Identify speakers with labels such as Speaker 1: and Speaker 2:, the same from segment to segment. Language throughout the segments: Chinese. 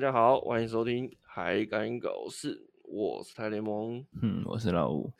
Speaker 1: 家好，欢迎收听《海敢搞事》，我是台联盟，
Speaker 2: 嗯，我是老五。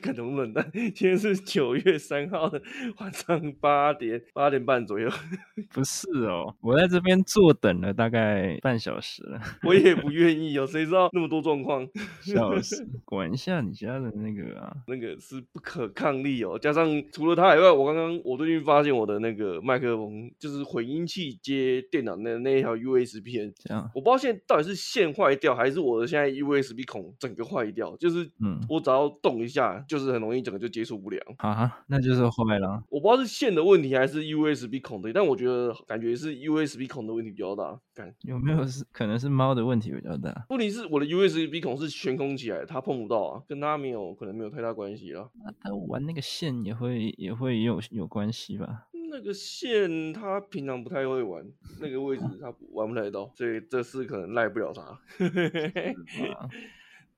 Speaker 1: 看能不能的。今天是九月三号的晚上八点八点半左右，
Speaker 2: 不是哦，我在这边坐等了大概半小时了，
Speaker 1: 我也不愿意哦，谁知道那么多状况，
Speaker 2: 笑 死！管一下你家的那个啊，
Speaker 1: 那个是不可抗力哦。加上除了它以外，我刚刚我最近发现我的那个麦克风就是混音器接电脑的那一条 USB 线
Speaker 2: 这样，
Speaker 1: 我不知道现在到底是线坏掉，还是我的现在 USB 孔整个坏掉，就是
Speaker 2: 嗯，
Speaker 1: 我只要动一下，就是很容易整个就接触不良。
Speaker 2: 啊，那就是坏了。
Speaker 1: 我不知道是线的问题还是 USB 孔的，但我觉得感觉是 USB 孔的问题比较大。感
Speaker 2: 有没有是可能是猫的问题比较大？啊
Speaker 1: 问题是我的 USB 孔是悬空起来的，它碰不到啊，跟它没有可能没有太大关系啦。
Speaker 2: 那它玩那个线也会也会有有关系吧？
Speaker 1: 嗯那个线它平常不太会玩，那个位置它玩不太到，所以这事可能赖不了它。
Speaker 2: 吧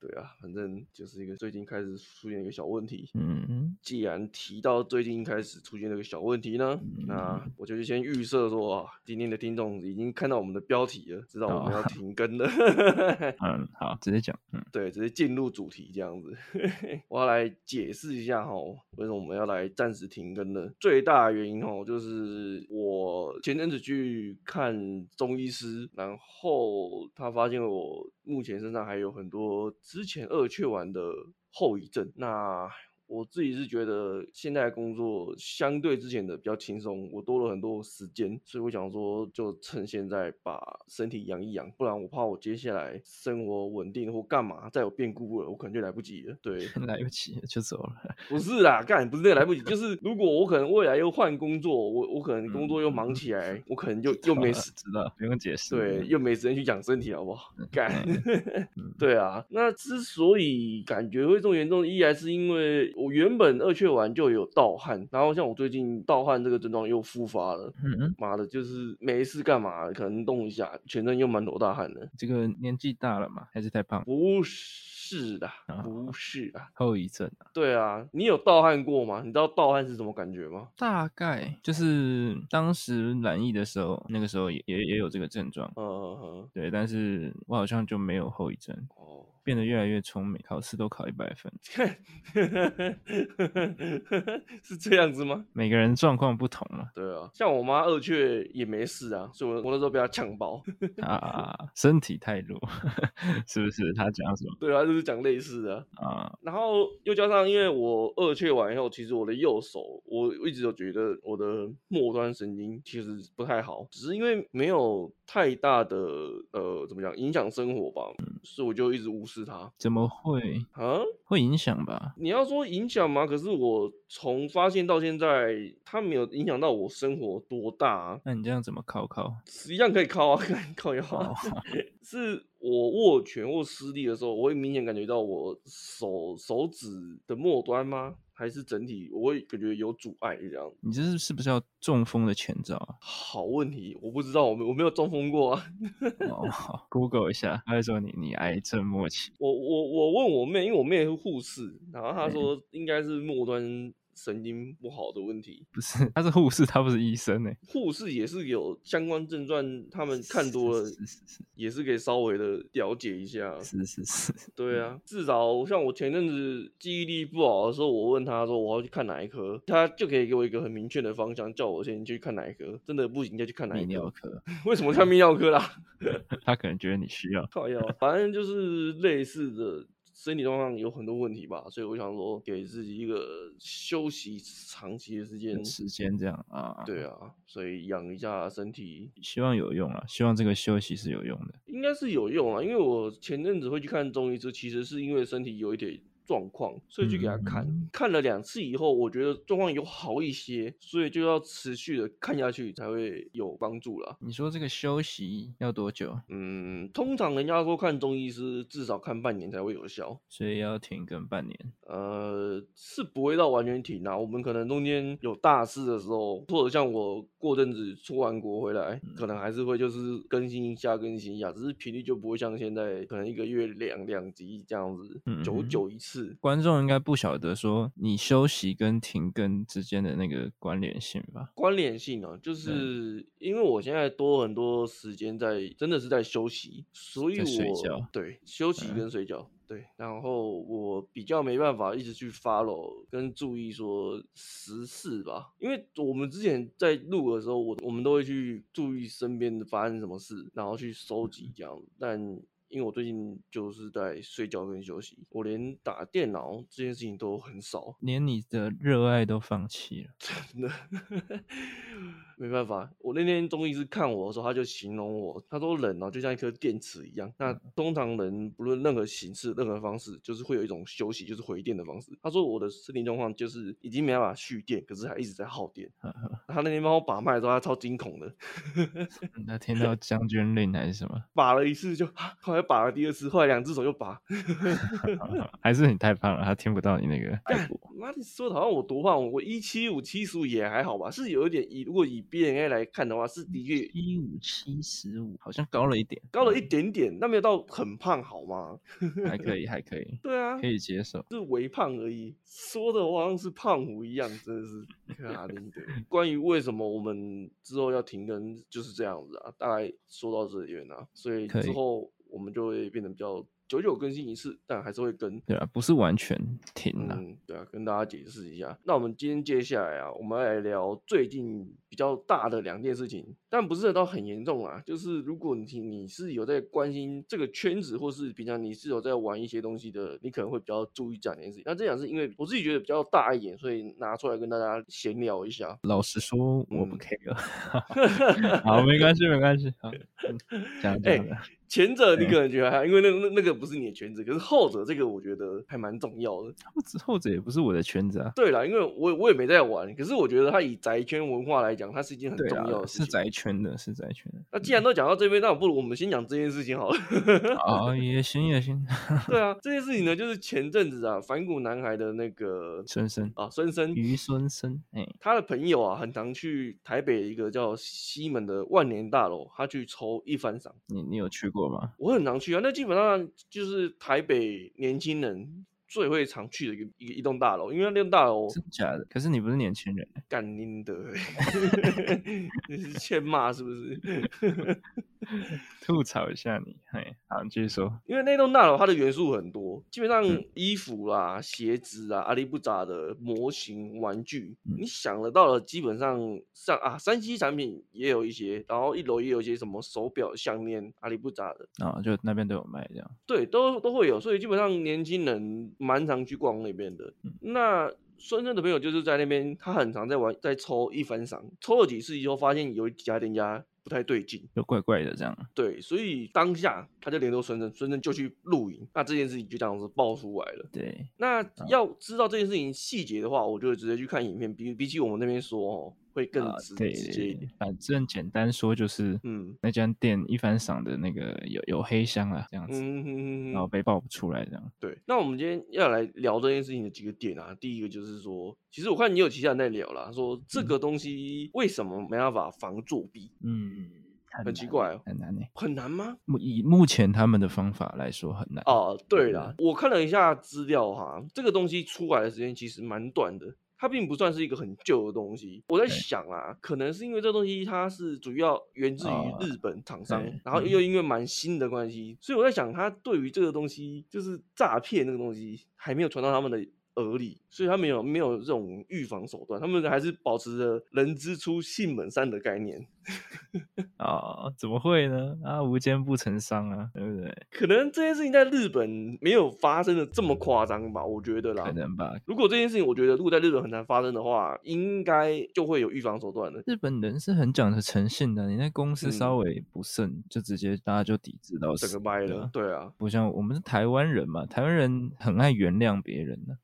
Speaker 1: 对啊，反正就是一个最近开始出现一个小问题。
Speaker 2: 嗯，
Speaker 1: 既然提到最近开始出现这个小问题呢，那我就先预设说啊，今天的听众已经看到我们的标题了，知道我们要停更了。
Speaker 2: 嗯，好，直接讲，嗯，
Speaker 1: 对，直接进入主题这样子。我要来解释一下哈，为什么我们要来暂时停更呢？最大的原因哦，就是我前阵子去看中医师，然后他发现我目前身上还有很多之前二雀丸的后遗症。那我自己是觉得现在的工作相对之前的比较轻松，我多了很多时间，所以我想说就趁现在把身体养一养，不然我怕我接下来生活稳定或干嘛再有变故了，我可能就来不及了。对，
Speaker 2: 来不及了就走了。
Speaker 1: 不是啦，干不是那个来不及，就是如果我可能未来又换工作，我我可能工作又
Speaker 2: 嗯
Speaker 1: 忙起来，我可能就又没
Speaker 2: 好
Speaker 1: 时
Speaker 2: 了知道，不用解释。
Speaker 1: 对，又没时间去养身体，好不好？干
Speaker 2: 嗯，
Speaker 1: 对啊。那之所以感觉会这么严重，依然是因为我原本二雀丸就有盗汗，然后像我最近盗汗这个症状又复发了。
Speaker 2: 嗯，
Speaker 1: 妈的，就是没事干嘛，可能动一下，全身又满头大汗的。
Speaker 2: 这个年纪大了嘛，还是太胖，
Speaker 1: 不是的
Speaker 2: 啊，
Speaker 1: 不是的，
Speaker 2: 后遗症。
Speaker 1: 对啊，你有盗汗过吗？你知道盗汗是什么感觉吗？
Speaker 2: 大概就是当时染疫的时候，那个时候也也也有这个症状，
Speaker 1: 嗯嗯嗯，
Speaker 2: 对，但是我好像就没有后遗症，
Speaker 1: 哦，
Speaker 2: 变得越来越聪明，考试都考一百分。
Speaker 1: 是这样子吗？，
Speaker 2: 每个人状况不同嘛
Speaker 1: 对啊，像我妈二雀也没事啊，所以我我那时候被她呛爆。
Speaker 2: 啊，身体太弱， 是不是？他讲什么
Speaker 1: 对啊，就是讲类似的啊。
Speaker 2: 啊？
Speaker 1: 然后又加上，因为我二雀完以后，其实我的右手，我一直有觉得我的末端神经其实不太好，只是因为没有太大的呃怎么讲影响生活吧，所以我就一直无视它
Speaker 2: 怎么会
Speaker 1: 啊。
Speaker 2: 会影响吧？
Speaker 1: 你要说影响吗？可是我从发现到现在，它没有影响到我生活多大、啊，
Speaker 2: 那你这样怎么考考？
Speaker 1: 一样可以靠啊， 靠腰啊。
Speaker 2: 哦
Speaker 1: 是我握拳或施力的时候，我会明显感觉到我手手指的末端吗？还是整体我会感觉有阻碍这样？
Speaker 2: 你这是是不是要中风的前兆啊？
Speaker 1: 好问题，我不知道，我没我没有中风过啊。
Speaker 2: 哦好，Google 一下，他会说你你癌症末期，
Speaker 1: 我我我问我妹，因为我妹是护士，然后她
Speaker 2: 嗯
Speaker 1: 说应该是末端神经不好的问题。
Speaker 2: 不是？他是护士，他不是医生呢、欸
Speaker 1: 护士也是有相关症状，他们看多了
Speaker 2: 是是是是
Speaker 1: 也是可以稍微的了解一下。啊
Speaker 2: 是是是是，
Speaker 1: 对啊，至少像我前阵子记忆力不好的时候，我问他说我要去看哪一科，他就可以给我一个很明确的方向，叫我先去看哪一科。真的不行就去看哪
Speaker 2: 泌
Speaker 1: 一
Speaker 2: 尿
Speaker 1: 科。
Speaker 2: 科，
Speaker 1: 为什么看泌尿科啦？
Speaker 2: 他可能觉得你需要。
Speaker 1: 靠药，反正就是类似的身体状况有很多问题吧，所以我想说给自己一个休息长期的时间。
Speaker 2: 时间这样啊，
Speaker 1: 嗯对，啊，所以养一下身体
Speaker 2: 希望有用啊，希望这个休息是有用的。
Speaker 1: 应该是有用啊，因为我前阵子会去看中医师，其实是因为身体有一点状况，所以去给他看。
Speaker 2: 嗯
Speaker 1: 看了两次以后，我觉得状况有好一些，所以就要持续的看下去才会有帮助啦。
Speaker 2: 你说这个休息要多久？
Speaker 1: 嗯，通常人家说看中医师至少看半年才会有效，
Speaker 2: 所以要停更半年。
Speaker 1: 呃，是不会到完全停啊啦。我们可能中间有大事的时候，或者像我过阵子出完国回来，
Speaker 2: 嗯
Speaker 1: 可能还是会就是更新一下，更新一下，只是频率就不会像现在可能一个月两两集这样子，久
Speaker 2: 嗯
Speaker 1: 久一次是
Speaker 2: 观众应该不晓得说你休息跟停更之间的那个关联性吧？
Speaker 1: 关联性哦，就是因为我现在多很多时间在，真的是在休息，所以
Speaker 2: 在
Speaker 1: 我
Speaker 2: 睡觉
Speaker 1: 对休息
Speaker 2: 嗯
Speaker 1: 跟睡觉。对，然后我比较没办法一直去 follow 跟注意说时事吧，因为我们之前在录的时候，我我们都会去注意身边的发生什么事，然后去收
Speaker 2: 嗯
Speaker 1: 集这样。但因为我最近就是在睡觉跟休息，我连打电脑这件事情都很少，
Speaker 2: 连你的热爱都放弃 了，
Speaker 1: 真的没办法。我那天中医师看我的时候，他就形容我，他说人哦、就像一颗电池一样。那通常人不论任何形式、任何方式，就是会有一种休息，就是回电的方式。他说我的身体状况就是已经没办法蓄电，可是还一直在耗电。他那天帮我把脉的时候，他超惊恐的，
Speaker 2: 那听到将军令还是什么？
Speaker 1: 把了一次就，啊后来把了第二次，后来两只手又拔。
Speaker 2: 还是你太胖了，他听不到你那个爱国。
Speaker 1: 妈的，说的好像我多胖，我一七五七十五也还好吧，是有一点以如果以 BNA 来看的话，是的确
Speaker 2: 一五七十五，好像高了一点，
Speaker 1: 高了一点点，那没有到很胖好吗？
Speaker 2: 嗯，还可以，还可以，
Speaker 1: 对啊
Speaker 2: 可，以接受。
Speaker 1: 是微胖而已。说的我好像是胖虎一样，真的是克拉林德。 关于为什么我们之后要停更，就是这样子啊，大概说到这里面啊，所以
Speaker 2: 可
Speaker 1: 之
Speaker 2: 以
Speaker 1: 后我们就会变得比较久久更新一次，但还是会更。
Speaker 2: 对啊，不是完全停了，
Speaker 1: 嗯，对啊，跟大家解释一下。那我们今天接下来啊，我们来聊最近比较大的两件事情，但不是到很严重啊。就是如果你你是有在关心这个圈子，或是平常你是有在玩一些东西的，你可能会比较注意这两件事情。那这两是因为我自己觉得比较大一点，所以拿出来跟大家闲聊一下。
Speaker 2: 老实说，我不
Speaker 1: 嗯
Speaker 2: care。好， 没关系，没关系。好，嗯讲
Speaker 1: 哎
Speaker 2: 讲的，
Speaker 1: 前者
Speaker 2: 嗯
Speaker 1: 你可能觉得还好，因为那那那个不是你的圈子，可是后者这个我觉得还蛮重要的。
Speaker 2: 后者后者也不是我的圈子啊。
Speaker 1: 对啦，因为我我也没在玩，可是我觉得它以宅圈文化来讲，它是一件很
Speaker 2: 对
Speaker 1: 重要
Speaker 2: 啊，
Speaker 1: 的事
Speaker 2: 是
Speaker 1: 情。
Speaker 2: 宅圈的，是宅圈 的。
Speaker 1: 那既然都讲到这边，那我不如我们先讲这件事情好了。
Speaker 2: 哦，也行也行，
Speaker 1: 对啊，这件事情呢，就是前阵子啊，反骨男孩的那个
Speaker 2: 孙生，
Speaker 1: 啊，孙生，
Speaker 2: 于孙生，哎，
Speaker 1: 他的朋友啊，很常去台北一个叫西门的万年大楼，他去抽一番赏。
Speaker 2: 你你有去过吗？
Speaker 1: 我很常去啊，那基本上就是台北年轻人最会常去的一个一个一栋大楼，因为那栋大楼
Speaker 2: 真假的？可是你不是年轻人，
Speaker 1: 干拎的欸， 你是欠骂是不是？
Speaker 2: 吐槽一下你。嘿，好，你继续说。
Speaker 1: 因为那栋大楼它的元素很多，基本上
Speaker 2: 嗯
Speaker 1: 衣服啦、鞋子啊、阿里不杂的模型、玩具，
Speaker 2: 嗯
Speaker 1: 你想得到的，基本上像啊，三 C 产品也有一些，然后一楼也有一些什么手表、项链、阿里不杂的，
Speaker 2: 啊、就那边都有卖这样。
Speaker 1: 对，都都会有，所以基本上年轻人蛮常去逛那边的。
Speaker 2: 嗯
Speaker 1: 那孙生的朋友就是在那边，他很常在玩，在抽一番赏，抽了几次以后，发现有几家店家不太对劲，
Speaker 2: 就怪怪的这样，
Speaker 1: 对，所以当下他就联络孙正，孙正就去露营，那这件事情就这样子爆出来了。
Speaker 2: 对，
Speaker 1: 那
Speaker 2: 嗯
Speaker 1: 要知道这件事情细节的话，我就直接去看影片，比比起我们那边说哦，会更
Speaker 2: 啊
Speaker 1: 直、
Speaker 2: 对
Speaker 1: 直
Speaker 2: 对
Speaker 1: 接一
Speaker 2: 对
Speaker 1: 点。
Speaker 2: 反正简单说就是，
Speaker 1: 嗯
Speaker 2: 那家店一番赏的那个有有黑箱啊，这样子，
Speaker 1: 嗯哼哼
Speaker 2: 然后
Speaker 1: 哼哼，
Speaker 2: 被爆不出来这样。
Speaker 1: 对。那我们今天要来聊这件事情的几个点啊，第一个就是说，其实我看你有其他人在聊啦，说这个东西为什么没办法防作弊，
Speaker 2: 嗯，很
Speaker 1: 很奇怪哦
Speaker 2: 很难呢、欸
Speaker 1: 很难吗？
Speaker 2: 目以目前他们的方法来说很难。
Speaker 1: 哦，对
Speaker 2: 对
Speaker 1: 了，我看了一下资料哈，这个东西出来的时间其实蛮短的，它并不算是一个很旧的东西。我在
Speaker 2: 对
Speaker 1: 想啊，可能是因为这东西它是主要源自
Speaker 2: 啊
Speaker 1: 于日本厂商
Speaker 2: 对，嗯
Speaker 1: 然后又因为蛮新的关系，所以我在想，它对于这个东西就是诈骗那个东西还没有传到他们的。耳里，所以他们有没有这种预防手段？他们还是保持着“人之初，性本善”的概念。
Speaker 2: 哦，怎么会呢？啊，无奸不成商啊，对不对？
Speaker 1: 可能这件事情在日本没有发生的这么夸张吧，我觉得啦。
Speaker 2: 可能吧。
Speaker 1: 如果这件事情，我觉得如果在日本很难发生的话，应该就会有预防手段的。
Speaker 2: 日本人是很讲的诚信的，你在公司稍
Speaker 1: 嗯
Speaker 2: 微不慎，就直接大家就抵制到
Speaker 1: 整
Speaker 2: 死
Speaker 1: 个。掰
Speaker 2: 对
Speaker 1: 了
Speaker 2: 啊，
Speaker 1: 对啊，
Speaker 2: 不像我们是台湾人嘛，台湾人很爱原谅别人的、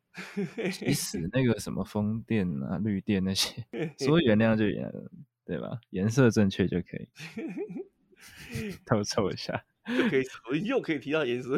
Speaker 2: 即使那个什么风电啊、绿电那 些，说原谅就 原谅，对吧？颜色正确就可以。偷凑一下，
Speaker 1: 又可以扯又可以提到颜色，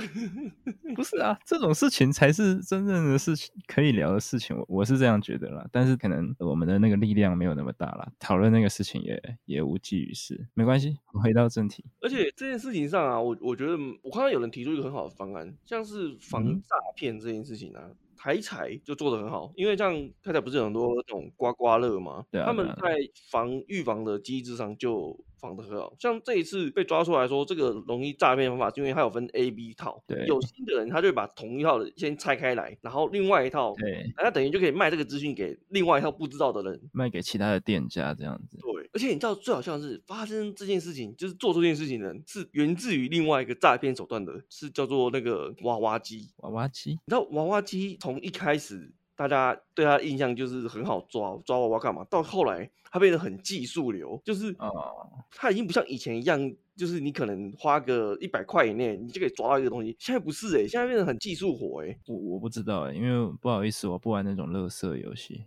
Speaker 2: 不是啊，这种事情才是真正的事情，可以聊的事情，我我是这样觉得啦。但是可能我们的那个力量没有那么大啦，讨论那个事情也也无济于事。没关系，回到正题。
Speaker 1: 而且这件事情上啊，我我觉得我看到有人提出一个很好的方案，像是防
Speaker 2: 嗯
Speaker 1: 诈骗这件事情啊。台彩就做得很好，因为像台彩不是有很多那种刮刮乐嘛，
Speaker 2: 对啊
Speaker 1: 他们
Speaker 2: 对啊
Speaker 1: 在防预防的机制上就防得很好。像这一次被抓出来说这个容易诈骗的方法，是因为它有分 A、B 套，
Speaker 2: 对
Speaker 1: 有心的人他就会把同一套的先拆开来，然后另外一套，
Speaker 2: 对，
Speaker 1: 那等于就可以卖这个资讯给另外一套不知道的人，
Speaker 2: 卖给其他的店家这样子。
Speaker 1: 对，而且你知道最好笑的是，发生这件事情，就是做出这件事情的人是源自于另外一个诈骗手段的，是叫做那个娃娃机。你
Speaker 2: 娃娃机，
Speaker 1: 知道娃娃机从一开始大家对它的印象就是很好抓，抓娃娃干嘛？到后来它变得很技术流，就是
Speaker 2: 哦，
Speaker 1: 它已经不像以前一样。就是你可能花个一百块以内，你就可以抓到一个东西。现在不是诶、现在变得很技术活欸诶、
Speaker 2: 我我不知道欸，因为不好意思，我不玩那种乐色游戏。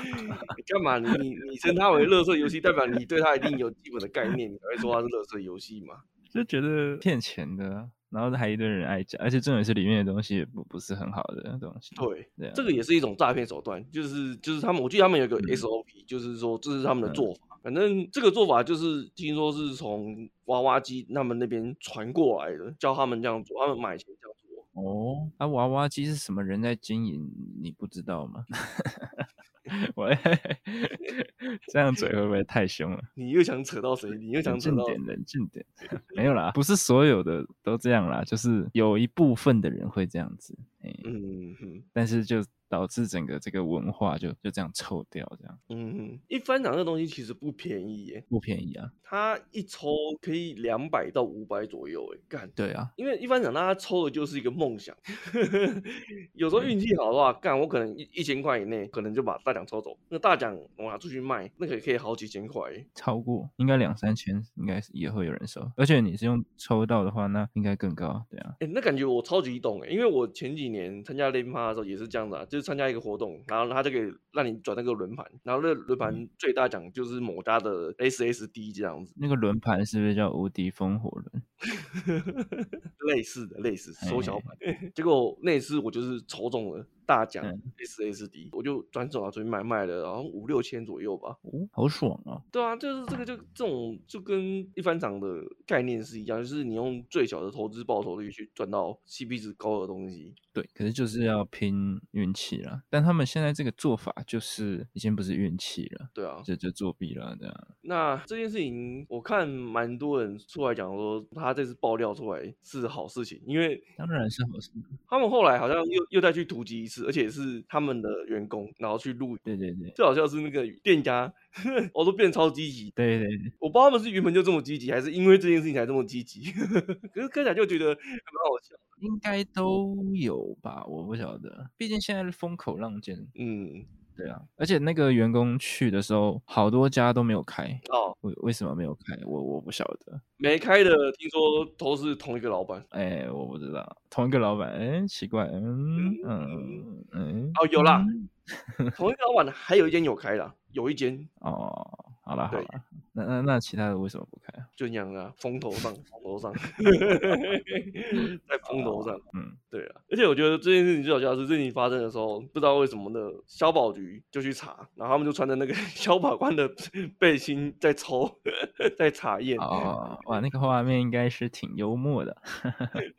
Speaker 1: 你干嘛？你你你称它为乐色游戏，代表你对它一定有基本的概念，你才会说它是乐色游戏嘛？
Speaker 2: 就觉得骗钱的啊，然后还一堆人爱讲，而且重点是里面的东西也不不是很好的东西。
Speaker 1: 对，
Speaker 2: 对啊，
Speaker 1: 这个也是一种诈骗手段，就是就是他们，我记得他们有一个
Speaker 2: 嗯
Speaker 1: SOP，、就是说这是他们的做法。反正这个做法就是听说是从娃娃机他们那边传过来的，教他们这样做，他们买前这样做。
Speaker 2: 哦，啊，娃娃机是什么人在经营？你不知道吗？我 这样嘴会不会太凶了？
Speaker 1: 你又想扯到谁？你又想
Speaker 2: 冷
Speaker 1: 扯
Speaker 2: 静
Speaker 1: 到
Speaker 2: 点，冷静点。没有啦，不是所有的都这样啦，就是有一部分的人会这样子，哎、
Speaker 1: 嗯嗯
Speaker 2: 但是就导致整个这个文化就就这样臭掉，这样
Speaker 1: 嗯哼，一翻掌这东西其实不便宜耶，
Speaker 2: 不便宜啊。
Speaker 1: 它一抽可以两百到五百左右哎，干。
Speaker 2: 对啊，
Speaker 1: 因为一般讲，大家抽的就是一个梦想， 有时候
Speaker 2: 嗯
Speaker 1: 运气好的话，干我可能一一千块以内，可能就把大奖抽走。那大奖我拿出去卖，那个也可以好几千块欸耶。
Speaker 2: 超过应该两三千，应该是也会有人收。而且你是用抽到的话，那应该更高。对啊，
Speaker 1: 哎、那感觉我超级懂哎，因为我前几年参加 l a 趴的时候也是这样子啊，就是参加一个活动，然后他就可以让你转那个轮盘，然后那个轮
Speaker 2: 嗯
Speaker 1: 盘最大奖就是某家的 SSD 这样子，
Speaker 2: 那个轮盘是不是叫无敌风火轮？
Speaker 1: 类似的类似缩小
Speaker 2: 嘿
Speaker 1: 版。结果那次我就是抽中了大奖
Speaker 2: 嗯
Speaker 1: SSD，我就转手拿出去卖，卖了然后五六千左右吧。
Speaker 2: 哦，好爽哦！
Speaker 1: 对啊，就是这个就这种就跟一番赏的概念是一样，就是你用最小的投资报酬率去赚到 CP 值高的东西。
Speaker 2: 对，可是就是要拼运气啦。但他们现在这个做法就是已经不是运气了，
Speaker 1: 对啊，
Speaker 2: 这就作弊了，这样。
Speaker 1: 那这件事情我看蛮多人出来讲说，他这次爆料出来是好事情，因为
Speaker 2: 当然是好事。
Speaker 1: 他们后来好像又又再去突击一次，而且是他们的员工，然后去录影。
Speaker 2: 对对对
Speaker 1: 最好笑的是那个店家，我都变超积极，
Speaker 2: 对对对，
Speaker 1: 我不知道他们是原本就这么积极，还是因为这件事情才这么积极。 可是看起来就觉得还蛮好笑。
Speaker 2: 应该都有吧？我不晓得，毕竟现在是风口浪尖。
Speaker 1: 嗯，
Speaker 2: 对啊，而且那个员工去的时候，好多家都没有开。
Speaker 1: 哦，
Speaker 2: 为为什么没有开？我我不晓得，
Speaker 1: 没开的，听说都是同一个老板。
Speaker 2: 哎、我不知道，同一个老板，哎、奇怪，嗯
Speaker 1: 嗯
Speaker 2: 嗯嗯，
Speaker 1: 哦有啦
Speaker 2: 嗯
Speaker 1: 同一个老板还有一间有开啦，有一间
Speaker 2: 哦，好啦好
Speaker 1: 对
Speaker 2: 啦，那那那其他的为什么不开啊？
Speaker 1: 就那样啊，风头上，风头 上，在风头上，
Speaker 2: 嗯，
Speaker 1: 对啊。而且我觉得这件事情最好笑的是，这件事情发生的时候，不知道为什么呢，消保局就去查，然后他们就穿着那个 消保官的背心在抽，在查验。
Speaker 2: 哦，哇，那个画面应该是挺幽默的，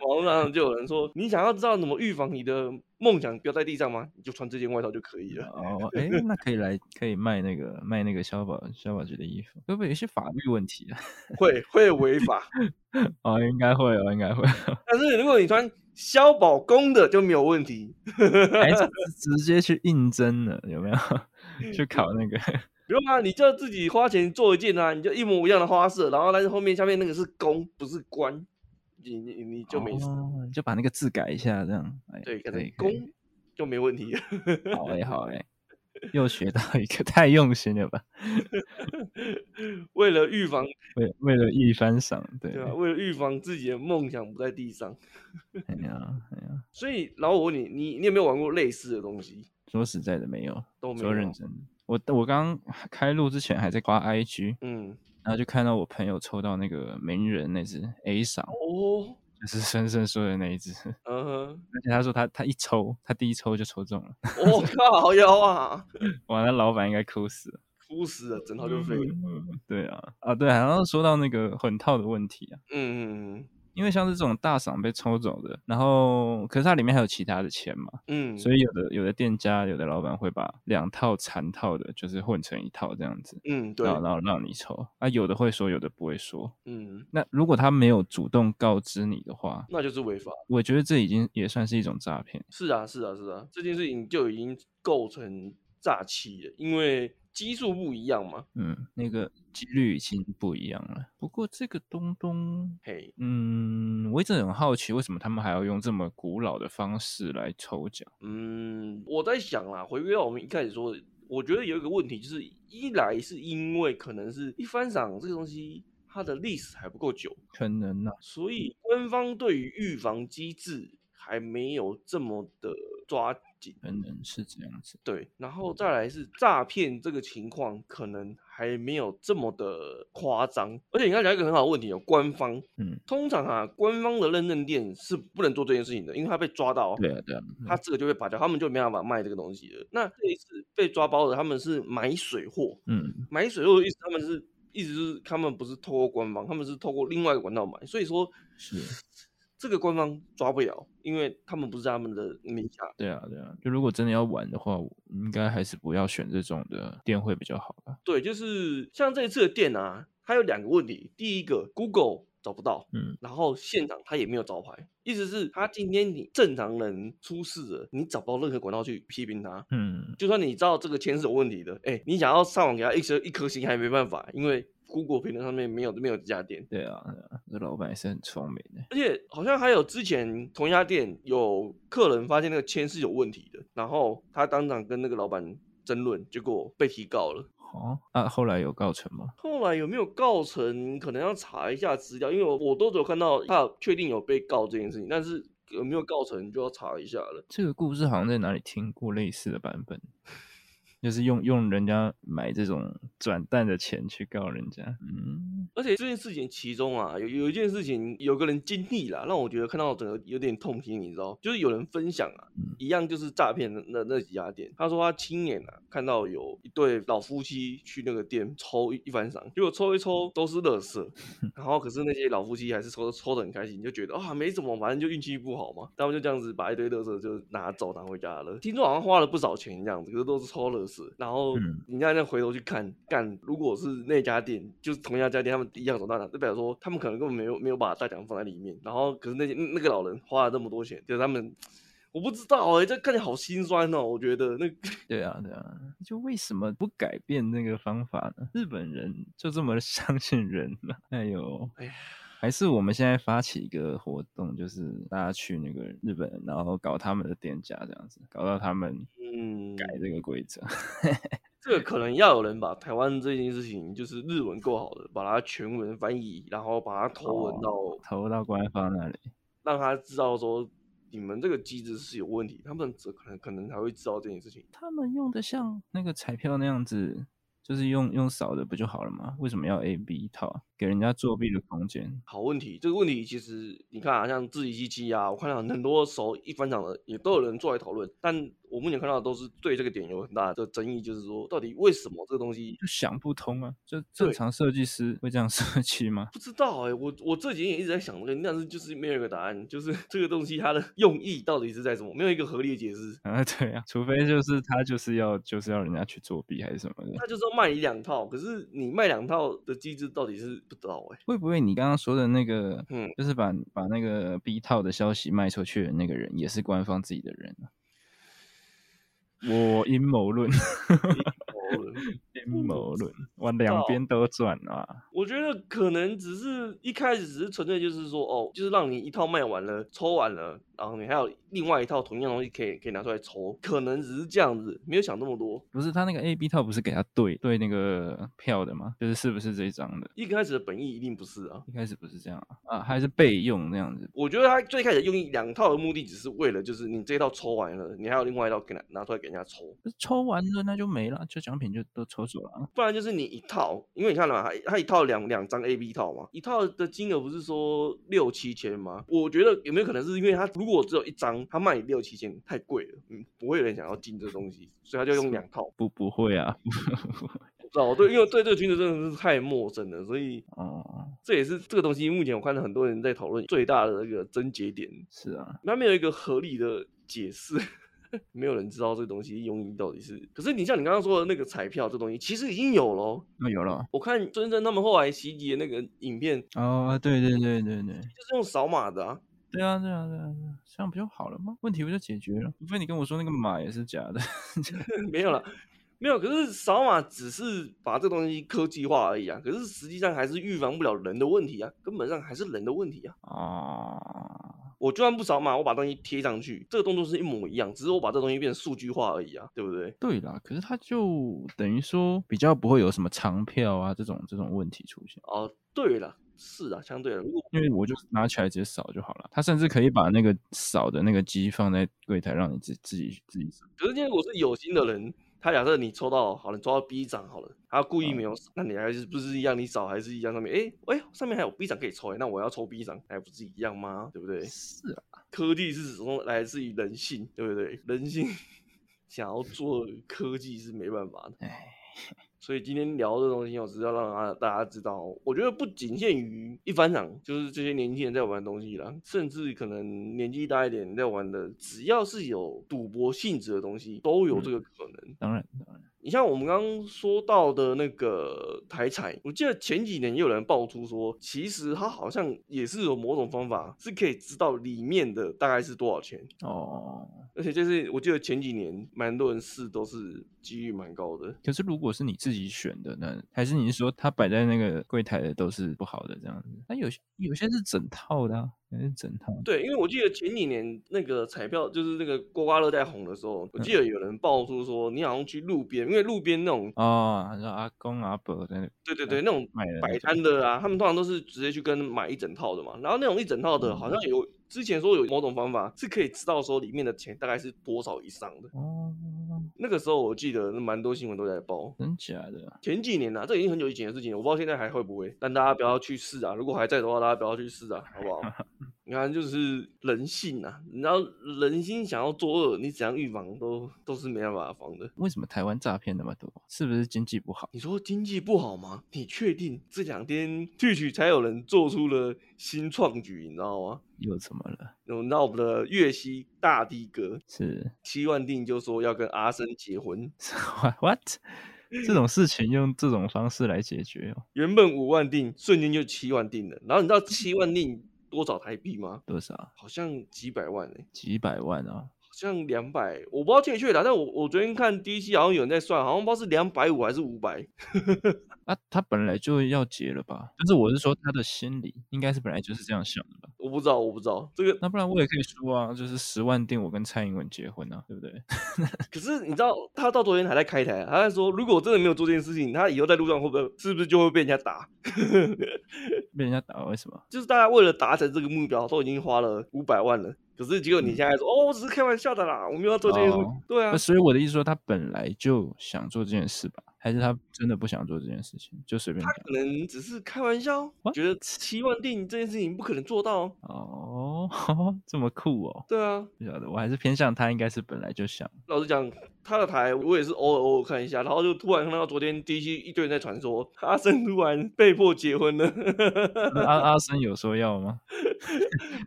Speaker 1: 网络上就有人说，你想要知道怎么预防你的梦想掉在地上吗？你就穿这件外套就可以了。
Speaker 2: 哦，哎、那可以来，可以卖那个卖那个消保消保局的衣服，会不会有一些法律问题啊？
Speaker 1: 会会违法，
Speaker 2: 哦，应该会哦，应该会哦，
Speaker 1: 但是如果你穿消保工的就没有问题。
Speaker 2: 哎、这直接去应征了，有 没有？去考那个
Speaker 1: 不用啊，你就自己花钱做一件啊，你就一模一样的花色，然后但是后面下面那个是公不是官，你你你就没事。
Speaker 2: 哦你就把那个字改一下，这样，哎、
Speaker 1: 对，可
Speaker 2: 可
Speaker 1: 能
Speaker 2: 以可以
Speaker 1: 公就没问题了。
Speaker 2: 好哎、好哎、又学到一个，太用心了吧？
Speaker 1: 为了预防，
Speaker 2: 为为了一番赏，对，
Speaker 1: 对吧、啊为了预防自己的梦想不在地上，
Speaker 2: 哎呀哎呀，
Speaker 1: 所以老我问你，你你有没有玩过类似的东西？
Speaker 2: 说实在的没有，
Speaker 1: 都没
Speaker 2: 说
Speaker 1: 有啊
Speaker 2: 认。真的。我我刚开录之前还在夸 IG，
Speaker 1: 嗯，
Speaker 2: 然然后就看到我朋友抽到那个名人那只 A 赏，
Speaker 1: 哦，
Speaker 2: 就是 深深说的那一只， 而
Speaker 1: 嗯哼，
Speaker 2: 且他说他他一抽，他第一抽就抽中了，
Speaker 1: 我、靠，好妖啊，
Speaker 2: 哇，那老板应该哭死了。
Speaker 1: 哭死了，整套就废了。
Speaker 2: 对啊，啊对，然后说到那个混套的问题啊，
Speaker 1: 嗯
Speaker 2: 因为像是这种大赏被抽走的，然后可是它里面还有其他的钱嘛，
Speaker 1: 嗯，
Speaker 2: 所
Speaker 1: 以
Speaker 2: 以有的有的店家有的老板会把两套残套的，就是混成一套这样子，
Speaker 1: 嗯对
Speaker 2: 然，后然后让你抽啊，有的会说，有的不会说。
Speaker 1: 嗯，
Speaker 2: 那如果他没有主动告知你的话，
Speaker 1: 那就是违法。
Speaker 2: 我觉得这已经也算是一种诈骗。
Speaker 1: 是啊，是啊，是啊，这件事情就已经构成诈欺了，因为基数不一样嘛。
Speaker 2: 嗯，那个几率已经不一样了。不过这个东东，
Speaker 1: 嘿，
Speaker 2: 嗯，我一直很好奇，为什么他们还要用这么古老的方式来抽奖？
Speaker 1: 嗯，我在想啦，回归到我们一开始说的，我觉得有一个问题就是，一来是因为可能是一番赏这个东西。它的历史还不够久，
Speaker 2: 可能啊呢、
Speaker 1: 所以官方对于预防机制还没有这么的抓紧。
Speaker 2: 可能是这样子。
Speaker 1: 对，然后再来是诈骗这个情况，可能还没有这么的夸张。而且你刚才讲一个很好的问题哦，官方
Speaker 2: 嗯，
Speaker 1: 通常啊，官方的认证店是不能做这件事情的，因为他被抓到，
Speaker 2: 对啊，对啊，
Speaker 1: 他这个就被拔掉，他们就没办法卖这个东西了。那这一次被抓包的，他们是买水货，
Speaker 2: 嗯，
Speaker 1: 买水货的意思，他们是意思就是他们不是透过官方，他们是透过另外一个管道买，所以说
Speaker 2: 是。
Speaker 1: 这个官方抓不了，因为他们不是他们的名下。
Speaker 2: 对啊，对啊，就如果真的要玩的话，我应该还是不要选这种的店会比较好吧。
Speaker 1: 对，就是像这一次的店啊，它有两个问题。第一个，Google 找不到，
Speaker 2: 嗯，
Speaker 1: 然后现场它也没有招牌，意思是他今天你正常人出事了，你找不到任何管道去批评他。
Speaker 2: 嗯，
Speaker 1: 就算你知道这个钱是有问题的，哎，你想要上网给他一颗一颗星还没办法，因为 Google 评论上面没有没有这家店。
Speaker 2: 对啊，对啊这老板也是很聪明的。
Speaker 1: 而且好像还有之前同一家店有客人发现那个签是有问题的，然后他当场跟那个老板争论，结果被提告了。
Speaker 2: 哦，啊，后来有告成吗？
Speaker 1: 后来有没有告成，可能要查一下资料，因为我我都只有看到他有确定有被告这件事情，但是有没有告成就要查一下了。
Speaker 2: 这个故事好像在哪里听过类似的版本，就是用用人家买这种转蛋的钱去告人家。嗯，
Speaker 1: 而且这件事情其中啊，有有一件事情，有个人经历啦，让我觉得看到整个有点痛心，你知道，就是有人分享啊，
Speaker 2: 嗯
Speaker 1: 一样就是诈骗的那那几家店，他说他亲眼啊看到有一对老夫妻去那个店抽一一番赏，结果抽一抽都是乐 色，然后可是那些老夫妻还是抽抽的很开心，就觉得啊没怎么，反正就运气不好嘛，他们就这样子把一堆乐色就拿走拿回家了。听说好像花了不少钱这样子，可是都是抽乐色，然后
Speaker 2: 嗯
Speaker 1: 人家再回头去看，干如果是那家店就是同一家店，他们一样走到哪，就表示说他们可能根本没有没有把大奖放在里面，然后可是那些嗯那个老人花了这么多钱，就是他们。我不知道哎、这看起来好心酸哦。我觉得那
Speaker 2: 对啊，对啊，就为什么不改变那个方法呢？日本人就这么地 相信人呢？哎呦，
Speaker 1: 哎呀，
Speaker 2: 还是我们现在发起一个活动，就是大家去那个日本，然后搞他们的店家这样子，搞到他们
Speaker 1: 嗯，
Speaker 2: 改这个规则。
Speaker 1: 这个可能要有人把台湾这件事情，就是日文够好的，把它全文翻译，然后把它投文到，
Speaker 2: 投到官方那里。
Speaker 1: 让他知道说你们这个机制是有问题，他们这可能可能才会知道这件事情。
Speaker 2: 他们用的像那个彩票那样子，就是用用扫的不就好了吗？为什么要 A B 套啊？给人家作弊的空间。
Speaker 1: 好问题，这个问题其实你看啊，像自己机器啊，我看到很多手一翻场的也都有人做来讨论，但我目前看到的都是对这个点有很大的争议，就是说到底为什么这个东西
Speaker 2: 就想不通啊！就正
Speaker 1: 对
Speaker 2: 常设计师会这样 设计吗？
Speaker 1: 不知道哎、我我这几天也一直在想这个，但是就是没有一个答案，就是 这个东西它的用意到底是在什么，没有一个合理的解释。
Speaker 2: 啊，对啊，除非就是他就是要就是要人家去作弊还是什么的。
Speaker 1: 他就是要卖你两套，可是你卖两套的机制到底是不知道哎、
Speaker 2: 会不会你刚刚说的那个，
Speaker 1: 嗯
Speaker 2: 就是把把那个 B 套的消息卖出去的那个人，也是官方自己的人、啊？我阴谋论， 阴
Speaker 1: 嗯
Speaker 2: 谋论，我两
Speaker 1: 道
Speaker 2: 边都转啊！
Speaker 1: 我觉得可能只是一开始只是纯粹就是说哦，就是让你一套卖完了，抽完了，然后你还有另外一套同样东西可以可以拿出来抽，可能只是这样子，没有想那么多。
Speaker 2: 不是他那个 A B 套不是给他对对那个票的吗？就是是不是这一张的？
Speaker 1: 一开始的本意一定不是啊，
Speaker 2: 一开始不是这样啊，啊还是备用那样子。
Speaker 1: 我觉得他最开始用一两套的目的，只是为了就是你这一套抽完了，你还有另外一套给拿拿出来给人家抽，
Speaker 2: 不是抽完了那就没了，就奖品就都抽走了啊。
Speaker 1: 不然就是你一套，因为你看了嘛，他他一套两两张 A B 套嘛，一套的金额不是说六七千吗？我觉得有没有可能是因为他如果只有一张，他卖你六七千太贵了，嗯，不会有人想要进这个东西，所以他就用两套。
Speaker 2: 不不会啊，
Speaker 1: 我不知道，我对，因为对这个裙子真的是太陌生了，所以
Speaker 2: 哦
Speaker 1: 这也是这个东西目前我看到很多人在讨论最大的那个症结点，
Speaker 2: 是啊，
Speaker 1: 它没有一个合理的解释， 没有人知道这个东西用意到底是。可是你像你刚刚说的那个彩票这东西，其实已经有了哦。
Speaker 2: 那有了
Speaker 1: 我看孙正他们后来袭击的那个影片，就
Speaker 2: 哦，对对对对对。
Speaker 1: 是用扫码的啊。
Speaker 2: 对啊，对啊，对啊，对啊，这样不就好了吗？问题不就解决了？除非你跟我说那个码也是假的，
Speaker 1: 没有了，没有。可是扫码只是把这东西科技化而已啊，可是实际上还是预防不了人的问题啊，根本上还是人的问题啊。
Speaker 2: 啊，
Speaker 1: 我就算不扫码，我把东西贴上去，这个动作是一模一样，只是我把这东西变成数据化而已啊，对不对？
Speaker 2: 对啦，可是它就等于说比较不会有什么长票啊这种这种问题出现，
Speaker 1: 哦，对了，是啊，相对了，如果
Speaker 2: 因为我就拿起来直接扫就好了。它甚至可以把那个扫的那个机放在柜台，让你自自己自己扫。
Speaker 1: 可是今天我是有心的人，他假设你抽到好了，你抽到 B 张好了，他故意没有扫，那你还是不是一样？你扫还是一样？上面哎哎，上面还有 B 张可以抽哎，那我要抽 B 张，还不是一样吗？对不对？
Speaker 2: 是啊，
Speaker 1: 科技是始终来自于人性，对不对？人性 想要做科技是没办法的。
Speaker 2: 哎，
Speaker 1: 所以今天聊这东西，我哦只是要让大家大家知道，哦我觉得不仅限于一番赏，就是这些年轻人在玩的东西啦，甚至可能年纪大一点在玩的，只要是有赌博性质的东西，都有这个可能。
Speaker 2: 当然当然，
Speaker 1: 你像我们刚刚说到的那个台彩，我记得前几年也有人爆出说，其实它好像也是有某种方法是可以知道里面的大概是多少钱，
Speaker 2: 哦。
Speaker 1: 而且就是我记得前几年蛮多人试都是几率蛮高的。
Speaker 2: 可是如果是你自己选的，那还是你是说它摆在那个柜台的都是不好的这样子？那有些有些是整套的啊，有些是整套的。
Speaker 1: 对，因为我记得前几年那个彩票，就是那个刮刮乐在红的时候，我记得有人爆出说，你好像去路边，因为路边那种，
Speaker 2: 哦，还是阿公阿伯在那
Speaker 1: 对对对，那种
Speaker 2: 买的那
Speaker 1: 摆
Speaker 2: 种
Speaker 1: 摊的啊，他们通常都是直接去跟买一整套的嘛。然后那种一整套的，好像有之前说有某种方法是可以知道说里面的钱大概是多少以上的。
Speaker 2: 哦，
Speaker 1: 那个时候我记得蛮多新闻都在报。
Speaker 2: 真假的？
Speaker 1: 前几年啊，这已经很久以前的事情了，我不知道现在还会不会，但大家不要去试啊！如果还在的话，大家不要去试啊，好不 好？你看，就是人性啊，你知道人心想要作恶，你怎样预防都都是没办法防的。
Speaker 2: 为什么台湾诈骗那么多？是不是经济不好？
Speaker 1: 你说经济不好吗？你确定这两天去取才有人做出了新创举，你知道吗？
Speaker 2: 又怎么了？
Speaker 1: 你知道我们的粤西大帝哥
Speaker 2: 是
Speaker 1: 七万定就说要跟阿生结婚，
Speaker 2: what？这种事情用这种方式来解决哦？
Speaker 1: 原本五万定瞬间就七万定了，然后你知道七万定多少台币吗？
Speaker 2: 多少？
Speaker 1: 好像几百万哎、
Speaker 2: 几百万哦？
Speaker 1: 好像两百，我不知道确切的，啊但我我昨天看第一期好像有人在算，好像不知道是两百五还是五百。
Speaker 2: 啊，他本来就要结了吧？但是我是说他的心理应该是本来就是这样想的吧？
Speaker 1: 我不知道，我不知道这个。
Speaker 2: 那不然我也可以说啊，就是十万定我跟蔡英文结婚啊，对不对？
Speaker 1: 可是你知道，他到昨天还在开台啊，他在说，如果我真的没有做这件事情，他以后在路上会不会是不是就会被人家打？
Speaker 2: 被人家打为什么？
Speaker 1: 就是大家为了达成这个目标，都已经花了五百万了。可是结果你现在说，哦，我只是开玩笑的啦，我没有要做这件事。
Speaker 2: 嗯哦
Speaker 1: 对啊
Speaker 2: 那，所以我的意思说，他本来就想做这件事吧？还是他真的不想做这件事情，就随便
Speaker 1: 他
Speaker 2: 讲？
Speaker 1: 可能只是开玩笑，
Speaker 2: What？
Speaker 1: 觉得七万定这件事情不可能做到。
Speaker 2: 哦， 这么酷哦！
Speaker 1: 对啊，
Speaker 2: 不晓得，我还是偏向他应该是本来就想
Speaker 1: 老实讲，他的台我也是偶尔偶尔看一下，然后就突然看到昨天 DC 一堆人在传说阿森突然被迫结婚了，
Speaker 2: 那阿阿森有说要吗？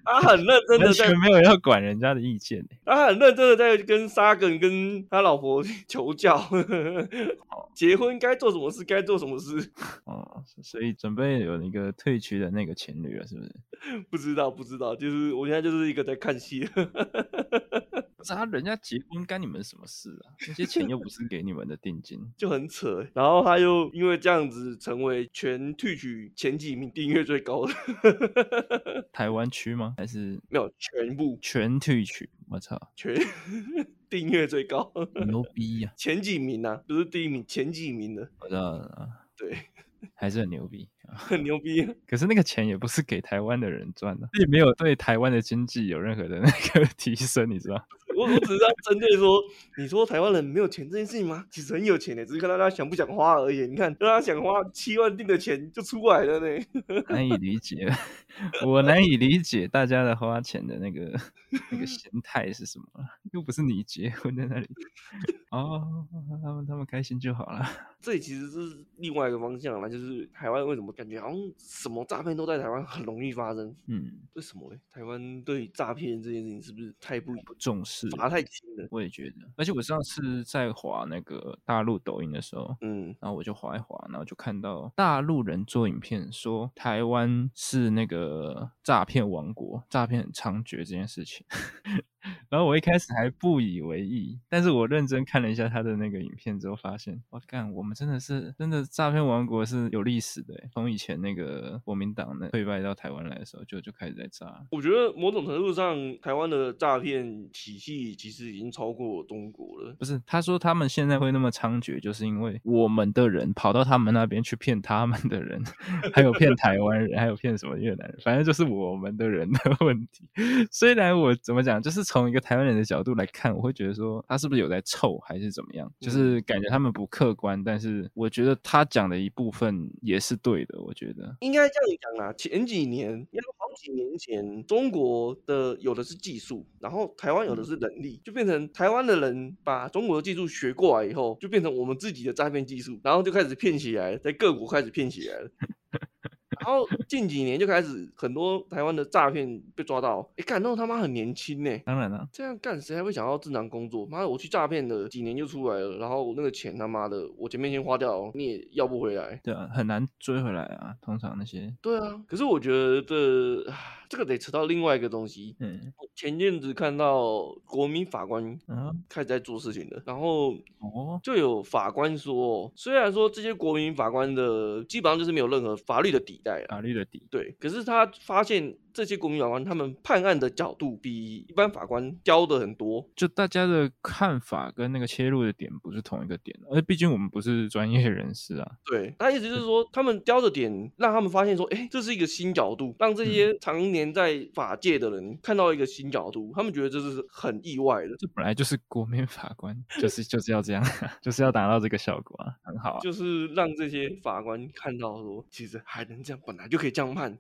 Speaker 1: 他很认真
Speaker 2: 完
Speaker 1: 的在
Speaker 2: 全，没有要管人家的意见欸
Speaker 1: 他很认真的在跟沙梗跟他老婆求教， 结婚该做什么事，该做什么事，
Speaker 2: 哦，所以准备有一个退区的那个情侣了，是不是？
Speaker 1: 不知道不知道，就是我现在就是一个在看戏，。
Speaker 2: 不是啊，人家结婚干你们什么事啊？那些钱又不是给你们的定金
Speaker 1: 就很扯欸。然后他又因为这样子成为全 Twitch 前几名订阅最高的，
Speaker 2: 台湾区吗？还是
Speaker 1: 没有全部，
Speaker 2: 全退区？我操
Speaker 1: 全订阅最高，
Speaker 2: 牛逼呀、
Speaker 1: 前几名啊，不是第一名，前几名的，
Speaker 2: 我知道了啊，
Speaker 1: 对，
Speaker 2: 还是很牛逼。
Speaker 1: 很牛逼啊、
Speaker 2: 可是那个钱也不是给台湾的人赚的，也没有对台湾的经济有任何的那个 提升，你知道？
Speaker 1: 我我只是要针对说，你说台湾人没有钱这件事情吗？其实很有钱的，只是看大家想不想花而已。你看，大家想花七万定的钱就出来了呢。
Speaker 2: 难以理解，我难以理解大家的花钱的那个那个心态是什么，又不是你结婚在那里哦，他们他们开心就好了。
Speaker 1: 这里其实是另外一个方向啦，就是台湾为什么感觉好像什么诈骗都在台湾很容易发生？
Speaker 2: 嗯，
Speaker 1: 为什么嘞？台湾对诈骗这件事情是不是太不
Speaker 2: 不重视，
Speaker 1: 罚太轻了？
Speaker 2: 我也觉得。而且我上次在滑那个大陆抖音的时候，
Speaker 1: 嗯，
Speaker 2: 然后我就划一划，然后就看到大陆人做影片说台湾是那个诈骗王国，诈骗很猖獗这件事情。 然后我一开始还不以为意，但是我认真看了一下他的那个影片之后，发现我干，我们真的是真的诈骗王国是有历史的欸，从以前那个国民党呢退败到台湾来的时候，就就开始在诈了。
Speaker 1: 我觉得某种程度上，台湾的诈骗体系其实已经超过中国了。
Speaker 2: 不是，他说他们现在会那么猖獗，就是因为我们的人跑到他们那边去骗他们的人，还有骗台湾人，还有骗什么越南人，反正就是我们的人的问题。虽然我怎么讲，就是从一个台湾人的角度来看，我会觉得说他是不是有在臭，还是怎么样，就是感觉他们不客观。但是我觉得他讲的一部分也是对的，我觉得
Speaker 1: 应该这样讲啦，前几年，应该说好几年前，中国的有的是技术，然后台湾有的是人力，就变成台湾的人把中国的技术学过来以后，就变成我们自己的诈骗技术，然后就开始骗起来，在各国开始骗起来了。然后近几年就开始很多台湾的诈骗被抓到，哎，干，那他妈很年轻呢、
Speaker 2: 当然了、
Speaker 1: 这样干谁还会想要正常工作？妈的，我去诈骗了几年就出来了，然后那个钱他妈的我前面先花掉，你也要不回来。
Speaker 2: 对啊，很难追回来啊。通常那些，
Speaker 1: 对啊，可是我觉得唉这个得扯到另外一个东西。
Speaker 2: 嗯
Speaker 1: 我前阵子看到国民法官
Speaker 2: 啊
Speaker 1: 开始在做事情了，然后
Speaker 2: 哦，
Speaker 1: 就有法官说，虽然说这些国民法官的基本上就是没有任何法律的底带啊，
Speaker 2: 法律的底，
Speaker 1: 对，可是他发现这些国民法官他们判案的角度比一般法官刁的很多，
Speaker 2: 就大家的看法跟那个切入的点不是同一个点，啊而毕竟我们不是专业人士啊。
Speaker 1: 对，他意思就是说，他们雕的点让他们发现说，哎、这是一个新角度，让这些常年在法界的人看到一个新角度，他们觉得这是很意外的。
Speaker 2: 这本来就是国民法官，就是就是要这样，啊 就是要达到这个效果啊，很好啊。
Speaker 1: 就是让这些法官看到说，其实还能这样，本来就可以这样判，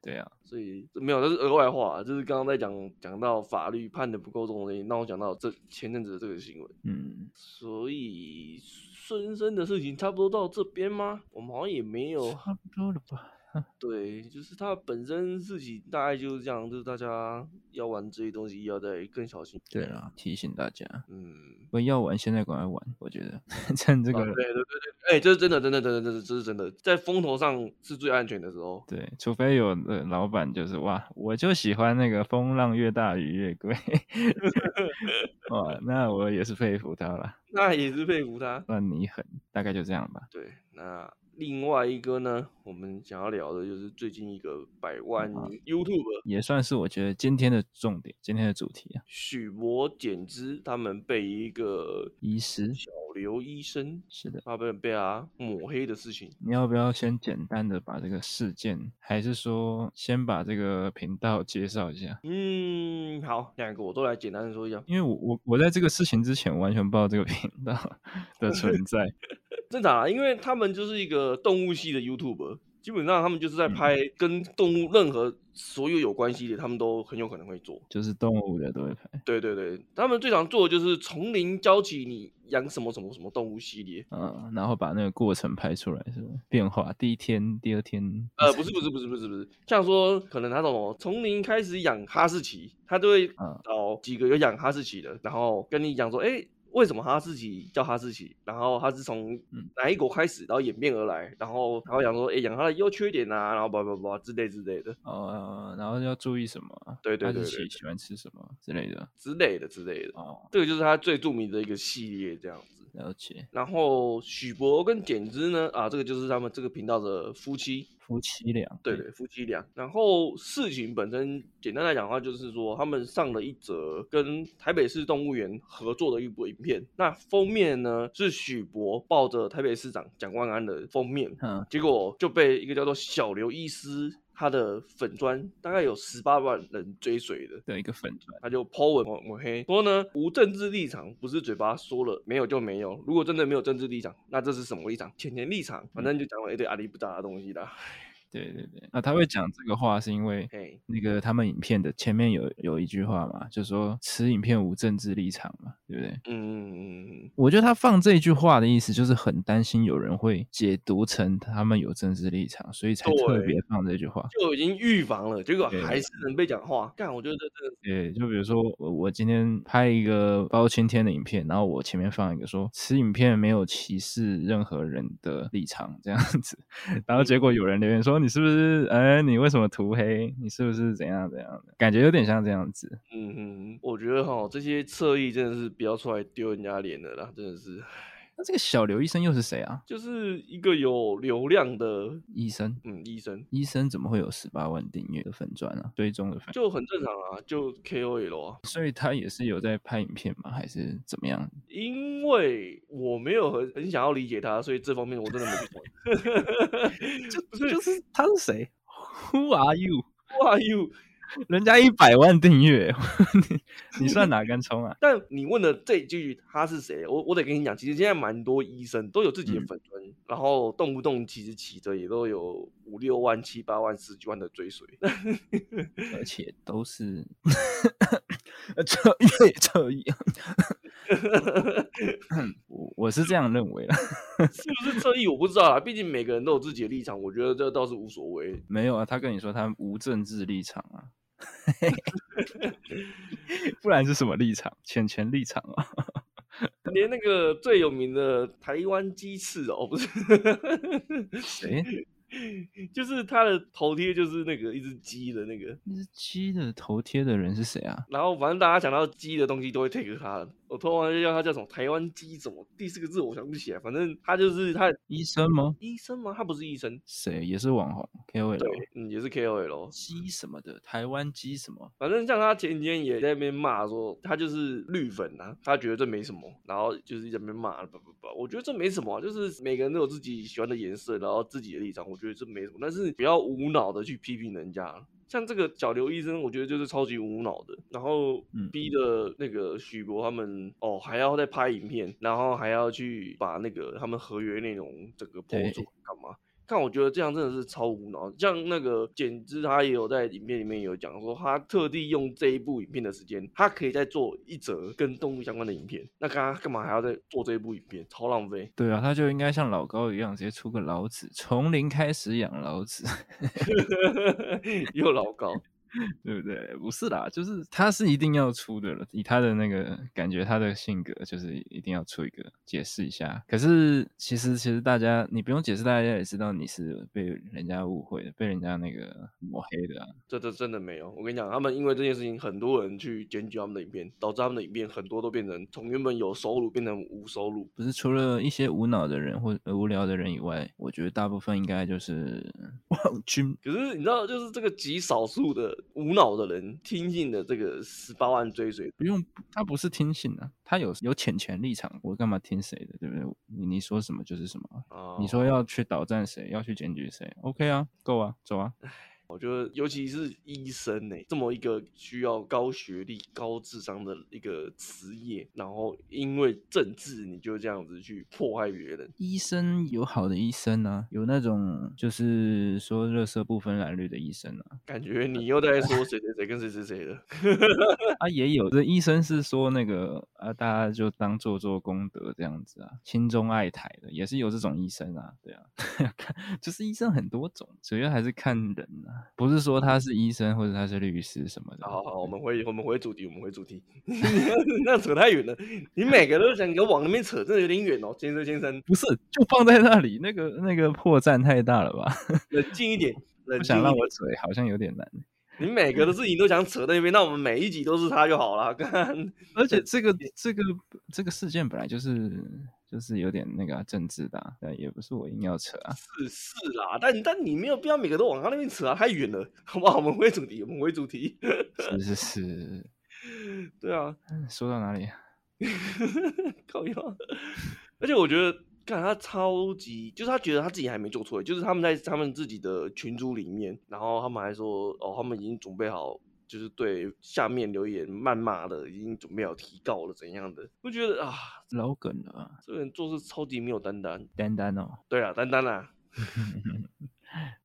Speaker 2: 对啊，
Speaker 1: 所以没有，这是额外话啊，就是刚刚在讲讲到法律判的不够重的原因，让我讲到这前阵子的这个新闻，
Speaker 2: 嗯，
Speaker 1: 所以孙生的事情差不多到这边吗？我们好像也没有
Speaker 2: 差不多了吧？
Speaker 1: 对，就是它本身事情大概就是这样，就是大家要玩这些东西要再更小心。
Speaker 2: 对啦，提醒大家，
Speaker 1: 嗯，
Speaker 2: 不要玩，现在赶快玩，我觉得 趁这
Speaker 1: 啊
Speaker 2: 个、
Speaker 1: 对对对对，哎、这是真的，真的，真的，真的，这是真的，在风头上是最安全的时候。
Speaker 2: 对，除非有的老板就是哇，我就喜欢那个风浪越大鱼越贵，哇，那我也是佩服他了，
Speaker 1: 那也是佩服他。
Speaker 2: 算你狠，大概就这样吧。
Speaker 1: 对，那另外一个呢，我们想要聊的就是最近一个百万 YouTube
Speaker 2: 也算是我觉得今天的重点，今天的主题啊，
Speaker 1: 许博减脂，他们被一个
Speaker 2: 医师。
Speaker 1: 小刘医生，
Speaker 2: 是的，
Speaker 1: 他被被他抹黑的事情。
Speaker 2: 你要不要先简单的把这个事件，还是说先把这个频道介绍一下？
Speaker 1: 嗯，好，两个我都来简单的说一下。
Speaker 2: 因为我我我在这个事情之前完全不知道这个频道 的存在。
Speaker 1: 正常啊，因为他们就是一个动物系的 YouTube，基本上他们就是在
Speaker 2: 嗯
Speaker 1: 拍跟动物任何所有有关系的，他们都很有可能会做。
Speaker 2: 就是动物的都会拍
Speaker 1: 对对对，他们最常做的就是从零教起你养什么什么什么动物系列。
Speaker 2: 嗯，然后把那个过程拍出来，是吧？变化，第一天、第二天，
Speaker 1: 呃，不是不是不是不是不是，像说可能他什么从零开始养哈士奇，他就会
Speaker 2: 嗯
Speaker 1: 找几个有养哈士奇的，然后跟你讲说，哎、为什么他自己叫他自己，然后他是从
Speaker 2: 嗯
Speaker 1: 哪一国开始，然后演变而来，然后他会讲说，哎、讲他的优缺点啊，然后叭叭叭之类之类的，
Speaker 2: 哦，然后要注意什么？啊
Speaker 1: 对对
Speaker 2: 他是
Speaker 1: 对对
Speaker 2: 喜喜欢吃什么之类的。
Speaker 1: 之类的之类的。
Speaker 2: 哦，
Speaker 1: 这个就是他最著名的一个系列这样子。
Speaker 2: 了解。
Speaker 1: 然后许博跟简之呢，啊，这个就是他们这个频道的夫妻，
Speaker 2: 夫妻俩，
Speaker 1: 对对，夫妻俩。然后事情本身，简单来讲的话，就是说他们上了一则跟台北市动物园合作的一部影片。那封面呢是许博抱着台北市长蒋万安的封面，
Speaker 2: 嗯，
Speaker 1: 结果就被一个叫做小刘医师他的粉砖，大概有十八万人追随的。
Speaker 2: 的一个粉砖。
Speaker 1: 他就 po 文抹抹黑，说呢无政治立场，不是嘴巴说了没有就没有，如果真的没有政治立场，那这是什么立场？浅浅立场，反正就讲了一堆阿里不搭的东西啦。
Speaker 2: 对对对，那他会讲这个话是因为
Speaker 1: 嘿，
Speaker 2: 那个他们影片的前面有有一句话嘛，就说此影片无政治立场嘛，对不对？
Speaker 1: 嗯，嗯
Speaker 2: 我觉得他放这句话的意思就是很担心有人会解读成他们有政治立场，所以才特
Speaker 1: 对
Speaker 2: 别放这句话。
Speaker 1: 就已经预防了，结果
Speaker 2: 对
Speaker 1: 还是能被讲话。干，我觉得这真的是
Speaker 2: 对，就比如说我我今天拍一个包青天的影片，然后我前面放一个说此影片没有歧视任何人的立场这样子， 然后结
Speaker 1: 嗯
Speaker 2: 果有人留言说你是不是哎你为什么涂黑？你是不是怎样怎样的？感觉有点像这样子。
Speaker 1: 嗯嗯，我觉得哈，这些侧翼真的是不要出来丢人家脸的啦，真的是，
Speaker 2: 那这个小刘医生又是谁啊？
Speaker 1: 就是一个有流量的
Speaker 2: 医生，
Speaker 1: 嗯医生，
Speaker 2: 医生怎么会有十八万订阅的粉钻啊？追踪的粉，
Speaker 1: 就很正常啊，就 KOL 啊。
Speaker 2: 所以他也是有在拍影片吗？还是怎么样？
Speaker 1: 因为我没有很很想要理解他，所以这方面我真的没去懂。
Speaker 2: 就
Speaker 1: 不是
Speaker 2: 就是他是谁？Who are you？
Speaker 1: Who are you？
Speaker 2: 人家一百万订阅，你你算哪根葱啊？
Speaker 1: 但你问的这一句他是谁，我我得跟你讲，其实现在蛮多医生都有自己的
Speaker 2: 嗯
Speaker 1: 粉专，然后动不动其实起着也都有五六万、七八万、十几万的追随。
Speaker 2: 而且都 是这一这 一，我我是这样认为啦。
Speaker 1: 是不是侧翼我不知道啦，毕竟每个人都有自己的立场，我觉得这倒是无所谓。
Speaker 2: 没有啊，他跟你说他无政治立场啊， 不然是什么立场？钱钱立场啊？
Speaker 1: 连那个最有名的台湾鸡翅哦，不是，
Speaker 2: 谁？
Speaker 1: 就是他的头贴就是那个一只鸡的那个，
Speaker 2: 那只鸡的头贴的人是谁啊？
Speaker 1: 然后反正大家讲到鸡的东西都会 take 他。我突然忘记叫他叫什么台湾鸡什么第四个字我想不起来，反正他就是他的
Speaker 2: 医生吗？
Speaker 1: 医生吗？他不是医生，
Speaker 2: 谁也是网红 KOL，
Speaker 1: 对，嗯，也是 KOL。
Speaker 2: 鸡什么的，台湾鸡什么？
Speaker 1: 反正像他前几天也在那边骂说，他就是绿粉啊，他觉得这没什么，然后就是一直在那边骂，不不不，我觉得这没什么啊、就是每个人都有自己喜欢的颜色，然后自己的立场，我觉得这没什么，但是不要无脑的去批评人家。像这个小刘医生，我觉得就是超级无脑的，然后
Speaker 2: 嗯
Speaker 1: 逼的那个许博他们哦，还要再拍影片，然后还要去把那个他们合约内容整个
Speaker 2: 对
Speaker 1: po 出来干嘛？但我觉得这样真的是超无脑。像那个简之，他也有在影片里面有讲说，他特地用这一部影片的时间，他可以再做一则跟动物相关的影片。那刚刚干嘛还要再做这一部影片？超浪费。
Speaker 2: 对啊，他就应该像老高一样，直接出个老子，从零开始养老子，
Speaker 1: 又老高，
Speaker 2: 对不对？不是啦，就是他是一定要出的了。以他的那个感觉，他的性格就是一定要出一个解释一下。可是其实其实大家你不用解释，大家也知道你是被人家误会的，被人家那个抹黑的啊。
Speaker 1: 这这真的没有。我跟你讲，他们因为这件事情，很多人去检举他们的影片，导致他们的影片很多都变成从原本有收入变成无收入。
Speaker 2: 不是除了一些无脑的人或呃无聊的人以外，我觉得大部分应该就是 网军
Speaker 1: 可是你知道，就是这个极少数的无脑的人听信了这个十八万追随
Speaker 2: 不用，他不是听信啊，他有有浅权立场，我干嘛听谁的，对不对？你你说什么就是什么啊，
Speaker 1: 啊，
Speaker 2: 你说要去挑战谁，要去检举谁，OK 啊，够啊，走啊，
Speaker 1: 我觉得，尤其是医生呢、这么一个需要高学历、高智商的一个职业，然后因为政治，你就这样子去迫害别人。
Speaker 2: 医生有好的医生啊，有那种就是说热色不分蓝绿的医生 啊，
Speaker 1: 感觉你又在说谁谁谁跟谁谁谁 了。
Speaker 2: 啊也有的医生是说那个啊，大家就当做做功德这样子啊，心中爱台的 也是有这种医生啊，对啊，看就是医生很多种，主要还是看人啊，不是说他是医生或者他是律师什么的。
Speaker 1: 好好好，我们回我们回主题，我们回主题。那扯太远了，你每个都想给我往那边扯，真的有点远哦，先生先生，
Speaker 2: 不是就放在那里，那个那个破绽太大了吧？
Speaker 1: 冷静一点，冷静
Speaker 2: 不想
Speaker 1: 一
Speaker 2: 让
Speaker 1: 点。
Speaker 2: 我嘴，好像有点难。
Speaker 1: 你每个的事情都想扯那边，那我们每一集都是他就好了。看，
Speaker 2: 而且这个这个这个事件本来就是就是有点那个啊、政治的、啊，但也不是我硬要扯啊。
Speaker 1: 是是啦，但但你没有必要每个都往他那边扯啊，太远了，好不好？我们回主题，我们回主题。
Speaker 2: 是是是，
Speaker 1: 对啊，
Speaker 2: 嗯说到哪里啊？
Speaker 1: 靠腰。 而且我觉得，看他超级，就是他觉得他自己还没做错，就是他们在他们自己的群组里面，然后他们还说，哦，他们已经准备好，就是对下面留言谩骂的，已经准备好提告了怎样的。我觉得啊，
Speaker 2: 老梗了啊，
Speaker 1: 这个人做事超级没有担当。
Speaker 2: 丹丹哦，
Speaker 1: 对啊，担当啊，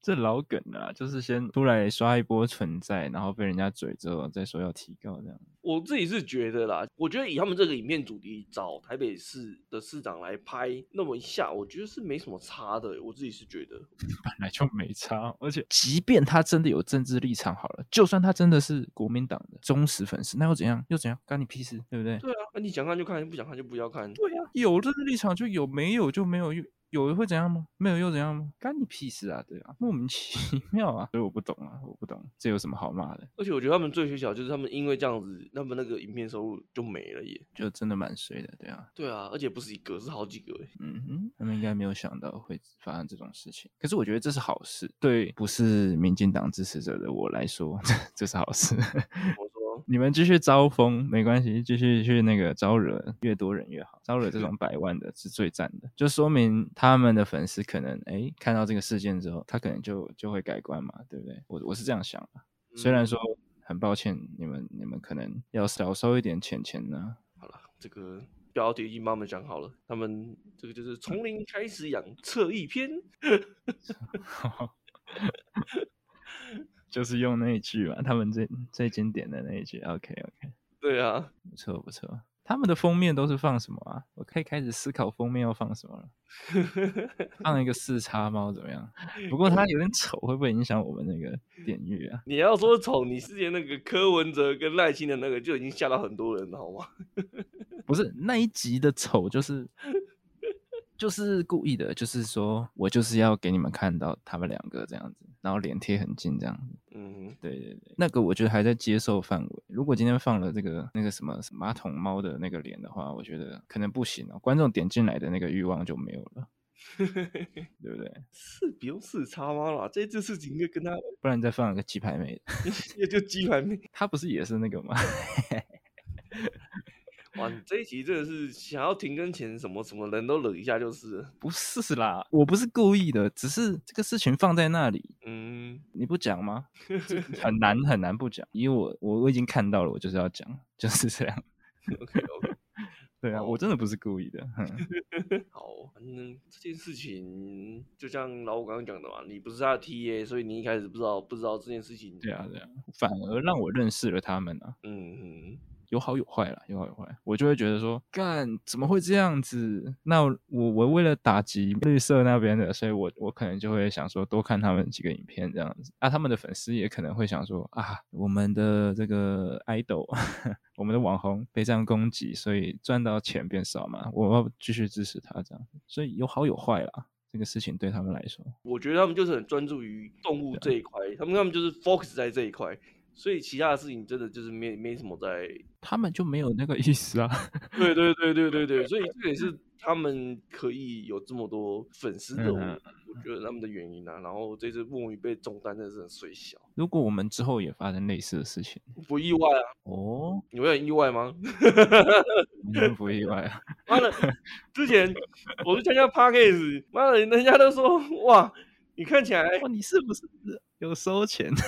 Speaker 2: 这老梗了啊，就是先出来刷一波存在，然后被人家嘴之后再说要提高这样。
Speaker 1: 我自己是觉得啦，我觉得以他们这个影片主题找台北市的市长来拍那么一下，我觉得是没什么差的、欸我自己是觉得，
Speaker 2: 本来就没差，哦而且即便他真的有政治立场好了，就算他真的是国民党的忠实粉丝，那又怎样？又怎样？干你屁事，对不对？
Speaker 1: 对啊，那你想看就看，不想看就不要看。
Speaker 2: 对呀、有政治立场就有，没有就没有，又有会怎样吗？没有又怎样吗？干你屁事啊！对啊，莫名其妙啊！所以我不懂啊，我不懂，这有什么好骂的？
Speaker 1: 而且我觉得他们最缺少就是他们因为这样子，他们那个影片收入就没了耶。
Speaker 2: 就真的蛮衰的，对啊，
Speaker 1: 对啊，而且不是一个，是好几个欸耶。
Speaker 2: 嗯哼，他们应该没有想到会发生这种事情。可是我觉得这是好事，对不是民进党支持者的我来说， 这是好事。
Speaker 1: 我说
Speaker 2: 你们继续招风没关系，继续去那个招惹，越多人越好。招惹这种百万的是最赞的，就说明他们的粉丝可能哎看到这个事件之后，他可能就就会改观嘛，对不对？我我是这样想的，虽然
Speaker 1: 嗯
Speaker 2: 说很抱歉，你们你们可能要少收一点钱钱呢。
Speaker 1: 好了，这个标题已经帮我们讲好了，他们这个就是从零开始养侧翼篇，
Speaker 2: 就是用那一句嘛，他们最最经典的那一句，OK OK，
Speaker 1: 对啊，
Speaker 2: 不错不错。他们的封面都是放什么啊？我可以开始思考封面要放什么了。放一个四叉猫怎么样？不过它有点丑，会不会影响我们那个点阅啊？
Speaker 1: 你要说丑，你之前那个柯文哲跟赖清的那个就已经吓到很多人了，好吗？
Speaker 2: 不是那一集的丑，就是就是故意的，就是说我就是要给你们看到他们两个这样子，然后脸贴很近这样子。
Speaker 1: 嗯，
Speaker 2: 对对对，那个我觉得还在接受范围。如果今天放了这个那个什么马桶猫的那个脸的话，我觉得可能不行哦，观众点进来的那个欲望就没有了，对不对？
Speaker 1: 是不用四叉猫啦，这次事情应该跟他
Speaker 2: 不然再放一个鸡排 妹，
Speaker 1: 也就鸡排妹。
Speaker 2: 她不是也是那个吗？
Speaker 1: 哇，你这一集真的是想要停更前什么什么人都惹一下就是了，
Speaker 2: 不是啦，我不是故意的，只是这个事情放在那里，
Speaker 1: 嗯。
Speaker 2: 你不讲吗？这很难很难不讲，因为我我我已经看到了，我就是要讲，就是这样。
Speaker 1: OK OK，
Speaker 2: 对啊，我
Speaker 1: 哦
Speaker 2: 真的不是故意的。嗯哼
Speaker 1: 好，反正这件事情就像老五刚刚讲的嘛，你不是他的 TA，所以你一开始不知道不知道这件事情。
Speaker 2: 对啊对啊，反而让我认识了他们啊，
Speaker 1: 嗯，嗯，
Speaker 2: 有好有坏啦，有好有坏，我就会觉得说，干怎么会这样子？那我我为了打击绿色那边的，所以我我可能就会想说，多看他们几个影片这样子。啊，他们的粉丝也可能会想说，啊，我们的这个 idol，我 们的网红被这样攻击，所以赚到钱变少嘛，我要继续支持他这样。所以有好有坏啦，这个事情对他们来说，
Speaker 1: 我觉得他们就是很专注于动物这一块，他们他们就是 focus 在这一块，所以其他的事情真的就是没没什么在。
Speaker 2: 他们就没有那个意思啊。
Speaker 1: 对对对对对对，所以这个也是他们可以有这么多粉丝的，我
Speaker 2: 嗯嗯
Speaker 1: 我觉得他们的原因啊。然后这次莫名被中单真的是很水小，
Speaker 2: 如果我们之后也发生类似的事情，
Speaker 1: 不意外啊？
Speaker 2: 哦，
Speaker 1: 你会很意外吗？
Speaker 2: 完全不意外啊。
Speaker 1: 妈 的，之前我去参加 Parkes，妈的，人家都说哇，你看起 来
Speaker 2: 哦哇，你是不是有收钱？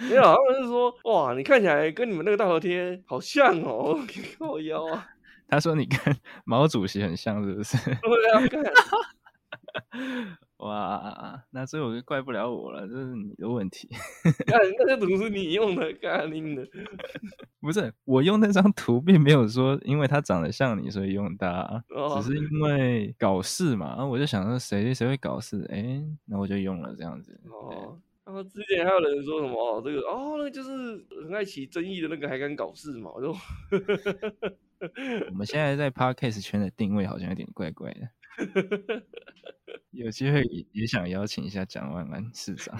Speaker 1: 没有，他们是说哇，你看起来跟你们那个大头贴好像哦， 靠腰啊，
Speaker 2: 他说你跟 毛主席很像，是不 是？
Speaker 1: 对啊，看
Speaker 2: 哇，那最后就怪不了我了，这是你的问题。
Speaker 1: 看那个图是你用的，干你的，
Speaker 2: 不是我用那张图，并没有说因为他长得像你所以用它啊，
Speaker 1: 哦
Speaker 2: 只是因为搞事嘛。然后我就想说谁谁会搞事，哎，那我就用了这样子。对
Speaker 1: 哦。啊，之前还有人说什么哦，这个哦，那个就是很爱起争议的那个还敢搞事嘛？我就
Speaker 2: 我们现在在 podcast 圈的定位好像有点怪怪的。有机会也也想邀请一下蒋万安市长，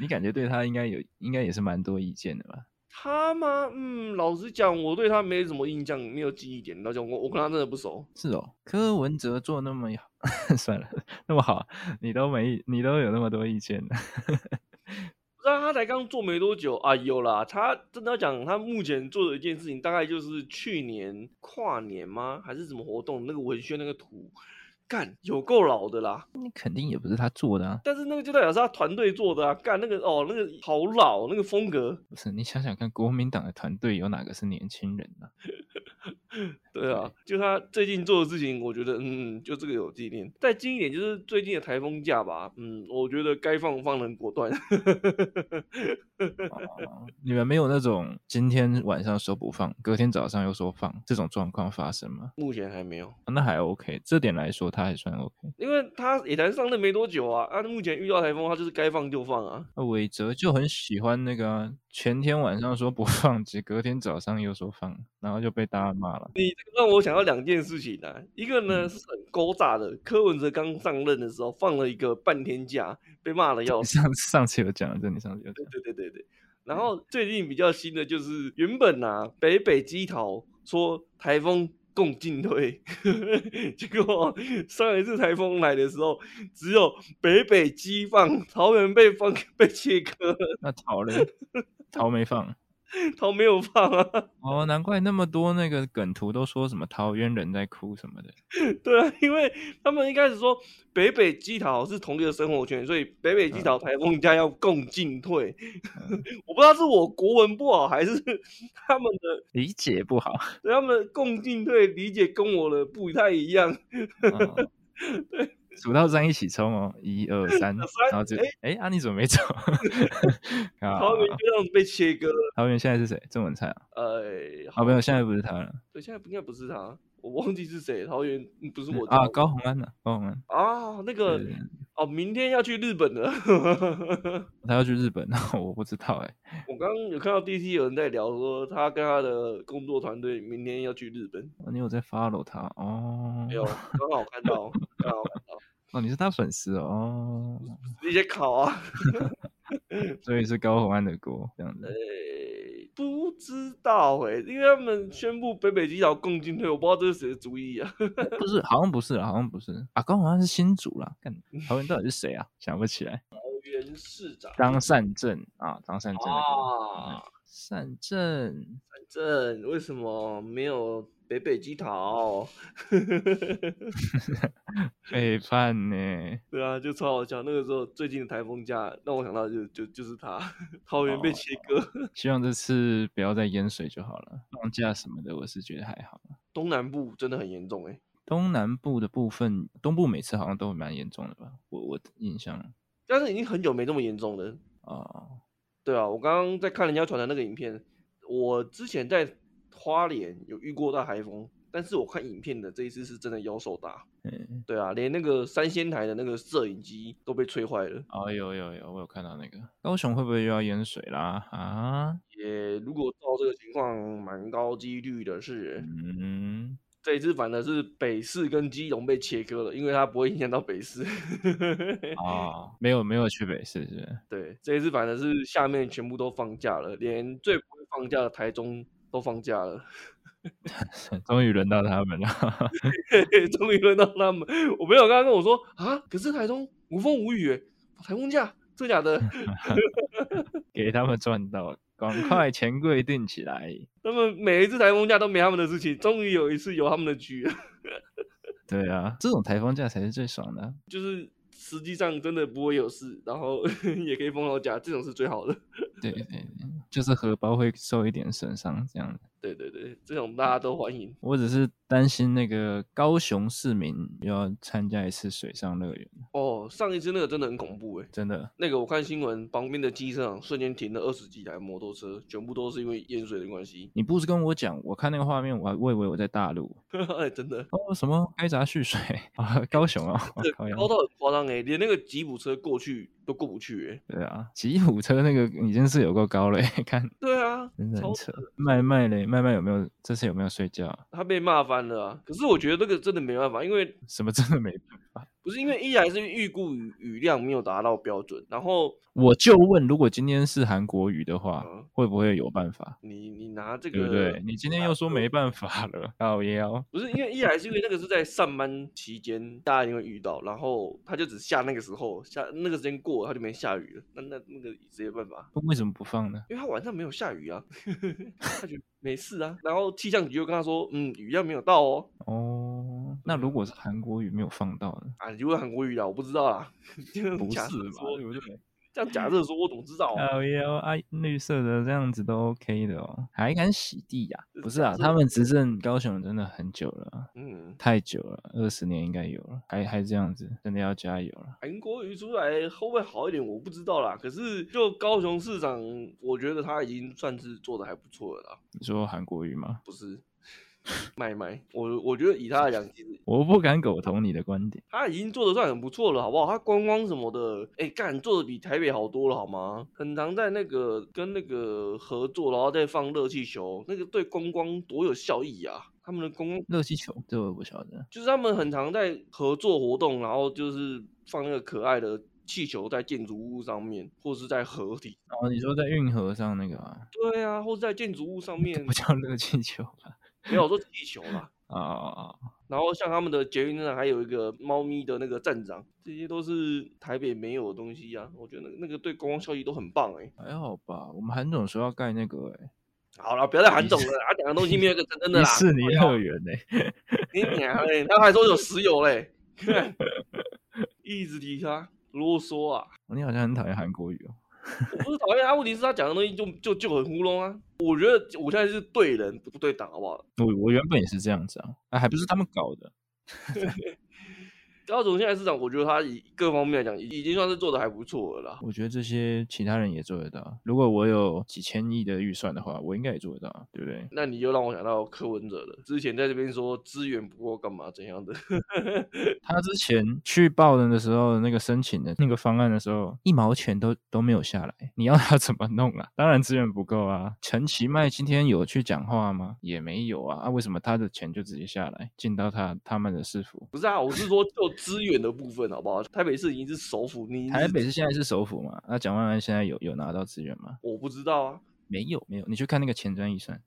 Speaker 2: 你感觉对他应该有，应该也是蛮多意见的吧？
Speaker 1: 他吗？嗯，老实讲，我对他没什么印象，没有记忆点。老实讲我我跟他真的不熟。
Speaker 2: 是哦，柯文哲做那么好 算了，那么好，你都没你都有那么多意见了，
Speaker 1: 不知道他才刚做没多久啊，有啦，他真的要讲他目前做的一件事情，大概就是去年跨年吗？还是什么活动？那个文宣那个图，干有够老的啦。
Speaker 2: 那肯定也不是他做的啊。
Speaker 1: 但是那个就代表是他团队做的啊，干那个哦，那个好老，那个风格，
Speaker 2: 不是，你想想看，国民党的团队有哪个是年轻人呢、
Speaker 1: 对啊，就他最近做的事情，我觉得嗯，就这个有纪念。再近一点就是最近的台风假吧，嗯，我觉得该放放人果断。
Speaker 2: 哦你们没有那种今天晚上说不放，隔天早上又说放这种状况发生吗？啊
Speaker 1: 目前还没有，
Speaker 2: 那还 OK，这点来说他还算 OK。
Speaker 1: 因为他也才上任没多久啊，啊，目前遇到台风，他就是该放就放啊。
Speaker 2: 那呃韦哲就很喜欢那个啊、前天晚上说不放，只隔天早上又说放，然后就被大家骂了。
Speaker 1: 让我想到两件事情啊，一个呢
Speaker 2: 嗯
Speaker 1: 是很勾诈的，柯文哲刚上任的时候放了一个半天假，被骂了要死。
Speaker 2: 上上次有讲，这你上次有讲，
Speaker 1: 对对对对。然后最近比较新的就是，原本啊北北基桃说台风共进退， 结果上一次台风来的时候，只有北北基放，桃园被放 被切割，
Speaker 2: 那桃嘞，桃没放。
Speaker 1: 桃没有放啊。
Speaker 2: 哦，难怪那么多那个梗图都说什么桃园人在哭什么的。
Speaker 1: 对啊，因为他们一开始说北北基桃是同一个生活圈，所以北北基桃台风假要共进退。 我不知道是我国文不好，还是他们的
Speaker 2: 理解不好。
Speaker 1: 对他们的共进退理解跟我的不太一样。
Speaker 2: 哦数到三一起冲哦，一二三，
Speaker 1: 三
Speaker 2: 然后就哎啊，你怎么没 走？啊，
Speaker 1: 桃园就这样子被切割了。
Speaker 2: 桃园现在是谁？郑文灿啊？
Speaker 1: 呃，
Speaker 2: 啊，没有，现在不是他了
Speaker 1: 对，现在不应该不是他，我忘记是谁。桃园嗯不是我
Speaker 2: 啊，
Speaker 1: 家
Speaker 2: 高鸿安呢？高鸿安，
Speaker 1: 啊，那
Speaker 2: 对
Speaker 1: 个
Speaker 2: 对对
Speaker 1: 哦，明天要去日本了。
Speaker 2: 他要去日本，我不知道哎。
Speaker 1: 我刚刚有看到 D T 有人在聊说，他跟他的工作团队明天要去日本。
Speaker 2: 你有在 follow 他哦
Speaker 1: 没？有，刚好看到，刚好看到，
Speaker 2: 哦，你是他粉丝哦，哦
Speaker 1: 直接考啊！
Speaker 2: 所以是高鸿安的锅这样
Speaker 1: 呃、
Speaker 2: 子。
Speaker 1: 不知道哎、因为他们宣布北北基岛共进退，我不知道这是谁的主意啊。
Speaker 2: 不是，好像不是啦，好像不是啊，高鸿安是新主啦。 看桃园到底是谁啊？想不起来。
Speaker 1: 原市长
Speaker 2: 张善政啊，张善政的锅。
Speaker 1: 啊，
Speaker 2: 善政
Speaker 1: 反正为什么没有北北基桃？
Speaker 2: 背叛呢？
Speaker 1: 对啊，就超好笑。那个时候最近的台风假让我想到就就就是他， 桃园被
Speaker 2: 哦
Speaker 1: 切割，
Speaker 2: 希望这次不要再淹水就好了。放假什么的，我是觉得还好。
Speaker 1: 东南部真的很严重哎、
Speaker 2: 东南部的部分，东部每次好像都蛮严重的吧？我我的印象啊、
Speaker 1: 但是已经很久没这么严重了。
Speaker 2: 哦
Speaker 1: 对啊，我刚刚在看人家传的那个影片，我之前在花莲有遇过大台风，但是我看影片的这一次是真的妖兽大。
Speaker 2: 嗯，
Speaker 1: 对啊，连那个三仙台的那个摄影机都被吹坏了。
Speaker 2: 哦，有有有，我有看到那个高雄会不会又要淹水啦？啊，
Speaker 1: 也如果照这个情况，蛮高几率的是，
Speaker 2: 嗯，
Speaker 1: 这一次反而是北市跟基隆被切割了，因为它不会影响到北市。
Speaker 2: 哦，没有没有去北市是不是？
Speaker 1: 对，这一次反而是下面全部都放假了，连最不会放假的台中都放假了。
Speaker 2: 终于轮到他们了，
Speaker 1: 终于轮到他们。我朋友刚刚跟我说啊，可是台中无风无雨欸，台风假，真假的？
Speaker 2: 给他们赚到，赶快钱柜定起来。
Speaker 1: 他们每一次台风假都没他们的事情，终于有一次有他们的局了。
Speaker 2: 对啊，这种台风假才是最爽的啊、
Speaker 1: 就是实际上真的不会有事，然后 也可以放到假，这种是最好的。
Speaker 2: 对对对，就是荷包会受一点损伤这样子。
Speaker 1: 对对对，这种大家都欢迎。
Speaker 2: 我只是担心那个高雄市民又要参加一次水上乐园，
Speaker 1: 哦，上一次那个真的很恐怖哎、
Speaker 2: 真的
Speaker 1: 那个我看新闻，旁边的机车场瞬间停了二十几台摩托车，全部都是因为淹水的关系。
Speaker 2: 你不是跟我讲，我看那个画面，我还我以为我在大陆
Speaker 1: 哎，真的，
Speaker 2: 哦，什么该闸蓄水啊，高雄啊，哦
Speaker 1: 这
Speaker 2: 高阳
Speaker 1: 高到很夸张哎，连那个吉普车过去都过不去哎、
Speaker 2: 对啊，吉普车那个已经是有够高了， 看
Speaker 1: 对啊，
Speaker 2: 真的很
Speaker 1: 超
Speaker 2: 扯。麦麦嘞，麦麦有没有这次有没有睡觉啊？
Speaker 1: 他被骂翻了啊。可是我觉得这个真的没办法，因为
Speaker 2: 什么真的没 办法？
Speaker 1: 不是因为一来是预估雨雨量没有达到标准，然后
Speaker 2: 我就问，如果今天是韩国语的话，
Speaker 1: 嗯
Speaker 2: 会不会有办法？
Speaker 1: 你你拿这
Speaker 2: 对
Speaker 1: 个
Speaker 2: 不对？你今天又说没办法了，老妖，
Speaker 1: 不是因为一来是因为那个是在上班期间，大家一定会遇到，然后他就只下那个时候下那个时间过了，他就没下雨了，那那那个直接办法，
Speaker 2: 为什么不放呢？
Speaker 1: 因为他晚上没有下雨啊， 他觉得没事啊，然后气象局就跟他说，嗯，雨量没有到哦，
Speaker 2: 哦，那如果是韩国语没有放到呢？
Speaker 1: 啊，你就问韩国语啊，我不知道啦，这样
Speaker 2: 不是
Speaker 1: 假
Speaker 2: 吧
Speaker 1: 设？说
Speaker 2: 对不对？
Speaker 1: 这样假设说，我怎么知道啊？
Speaker 2: 老妖啊，绿色的这样子都 OK 的哦，还敢洗地呀、
Speaker 1: 这
Speaker 2: 不是啊，
Speaker 1: 假设
Speaker 2: 他们执政高雄真的很久了啊，
Speaker 1: 嗯，
Speaker 2: 太久了，二十年应该有了，还还这样子，真的要加油了。
Speaker 1: 韩国瑜出来会不会好一点，我不知道啦。可是就高雄市长，我觉得他已经算是做的还不错了啦。
Speaker 2: 你说韩国语吗？
Speaker 1: 不是 麦麦，我我觉得以他来讲，其实
Speaker 2: 我不敢苟同你的观点。
Speaker 1: 他已经做的算很不错了，好不好？他观光什么的，哎、干做的比台北好多了，好吗？很常在那个跟那个合作，然后再放热气球，那个对观光多有效益啊！他们的观光
Speaker 2: 热气球，这我不晓得。
Speaker 1: 就是他们很常在合作活动，然后就是放那个可爱的气球在建筑物上面，或是在河体。
Speaker 2: 哦，你说在运河上那个啊，
Speaker 1: 对啊，或是在建筑物上面
Speaker 2: 不，叫热气球吧？
Speaker 1: 没有我说气球啦。
Speaker 2: 啊、哦，
Speaker 1: 然后像他们的捷运站还有一个猫咪的那个站长，这些都是台北没有的东西啊。我觉得那个那个对观光效益都很棒哎、
Speaker 2: 还好吧。我们韩总说要盖那个、欸，
Speaker 1: 好了，不要再喊总了啦，他讲的东西没有一个真真的
Speaker 2: 迪
Speaker 1: 啦。
Speaker 2: 士尼乐园呢、
Speaker 1: 你娘嘞，他还说有石油嘞，看一直提他啰嗦啊。
Speaker 2: 哦你好像很讨厌韩国语哦。
Speaker 1: 我不是讨厌他，问题是他讲的东西就就就很糊弄啊。我觉得我现在是对人不对党，好不好？
Speaker 2: 我我原本也是这样子啊，啊，还不是他们搞的。
Speaker 1: 高总现在市场，我觉得他以各方面来讲，已已经算是做的还不错了啦。
Speaker 2: 我觉得这些其他人也做得到。如果我有几千亿的预算的话，我应该也做得到啊，对不对？
Speaker 1: 那你又让我想到柯文哲了，之前在这边说资源不够干嘛怎样的，
Speaker 2: 他之前去报的的时候，那个申请的那个方案的时候，一毛钱都都没有下来，你要他 怎么弄啊？当然资源不够啊。陈其迈今天有去讲话吗？也没有啊。啊，为什么他的钱就直接下来进到他他们的市府？
Speaker 1: 不是啊，我是说就资源的部分好不好？台北市已经是首府，你
Speaker 2: 台北市现在是首府嘛？那、蒋万安现在有有拿到资源吗？
Speaker 1: 我不知道啊，
Speaker 2: 没有，没有。你去看那个前瞻预算，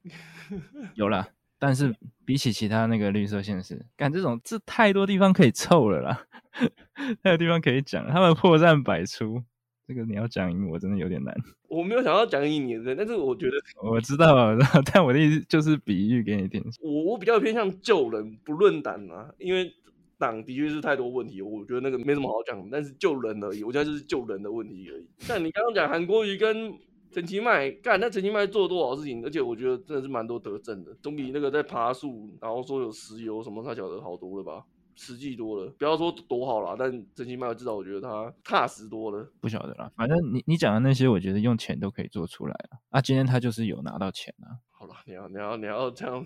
Speaker 2: 有啦。但是比起其他那个绿色县市，干这种这太多地方可以凑了啦， 太多地方可以讲了，他们破绽百出。这个你要讲赢我真的有点难，
Speaker 1: 我没有想要讲一年的，但是我觉得
Speaker 2: 我知道 啊，我知道但我的意思就是比喻给你听。
Speaker 1: 我我比较偏向救人不论党啊，因为党的确是太多问题，我觉得那个没什么好讲，但是救人而已，我现在就是救人的问题而已。像你刚刚讲韩国瑜跟陈其迈，干那陈其迈做了多少事情，而且我觉得真的是蛮多得政的，总比那个在爬树，然后说有石油什么他晓得好多了吧。实际多了，不要说多好啦，但陈其迈至少我觉得他踏实多了。
Speaker 2: 不晓得啦，反正你你讲的那些，我觉得用钱都可以做出来啊。啊，今天他就是有拿到钱啊，
Speaker 1: 好了，你要你要你要这样，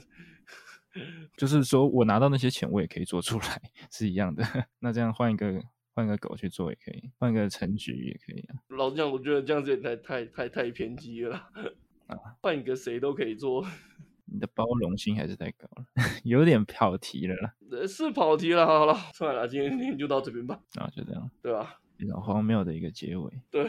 Speaker 2: 就是说我拿到那些钱，我也可以做出来， 是一样的。那这样换一个换个狗去做也可以，换个陈局也可以啊。
Speaker 1: 老实讲，我觉得这样子也太太太太偏激了啦。 换一个谁都可以做，
Speaker 2: 你的包容性还是太高了， 有点跑题了啦。
Speaker 1: 呃是跑题了。好了，算了，今天今天就到这边吧，
Speaker 2: 然后啊就这样，
Speaker 1: 对吧？
Speaker 2: 非常荒谬的一个结尾。
Speaker 1: 对，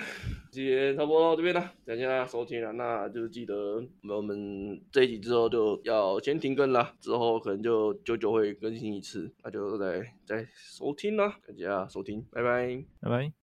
Speaker 1: 今天差不多到这边了，感谢大家收听了。那就记得我们这一集之后就要先停更了，之后可能就九九会更新一次，那就再再收听啦，感谢大家收听，拜拜。
Speaker 2: 拜拜。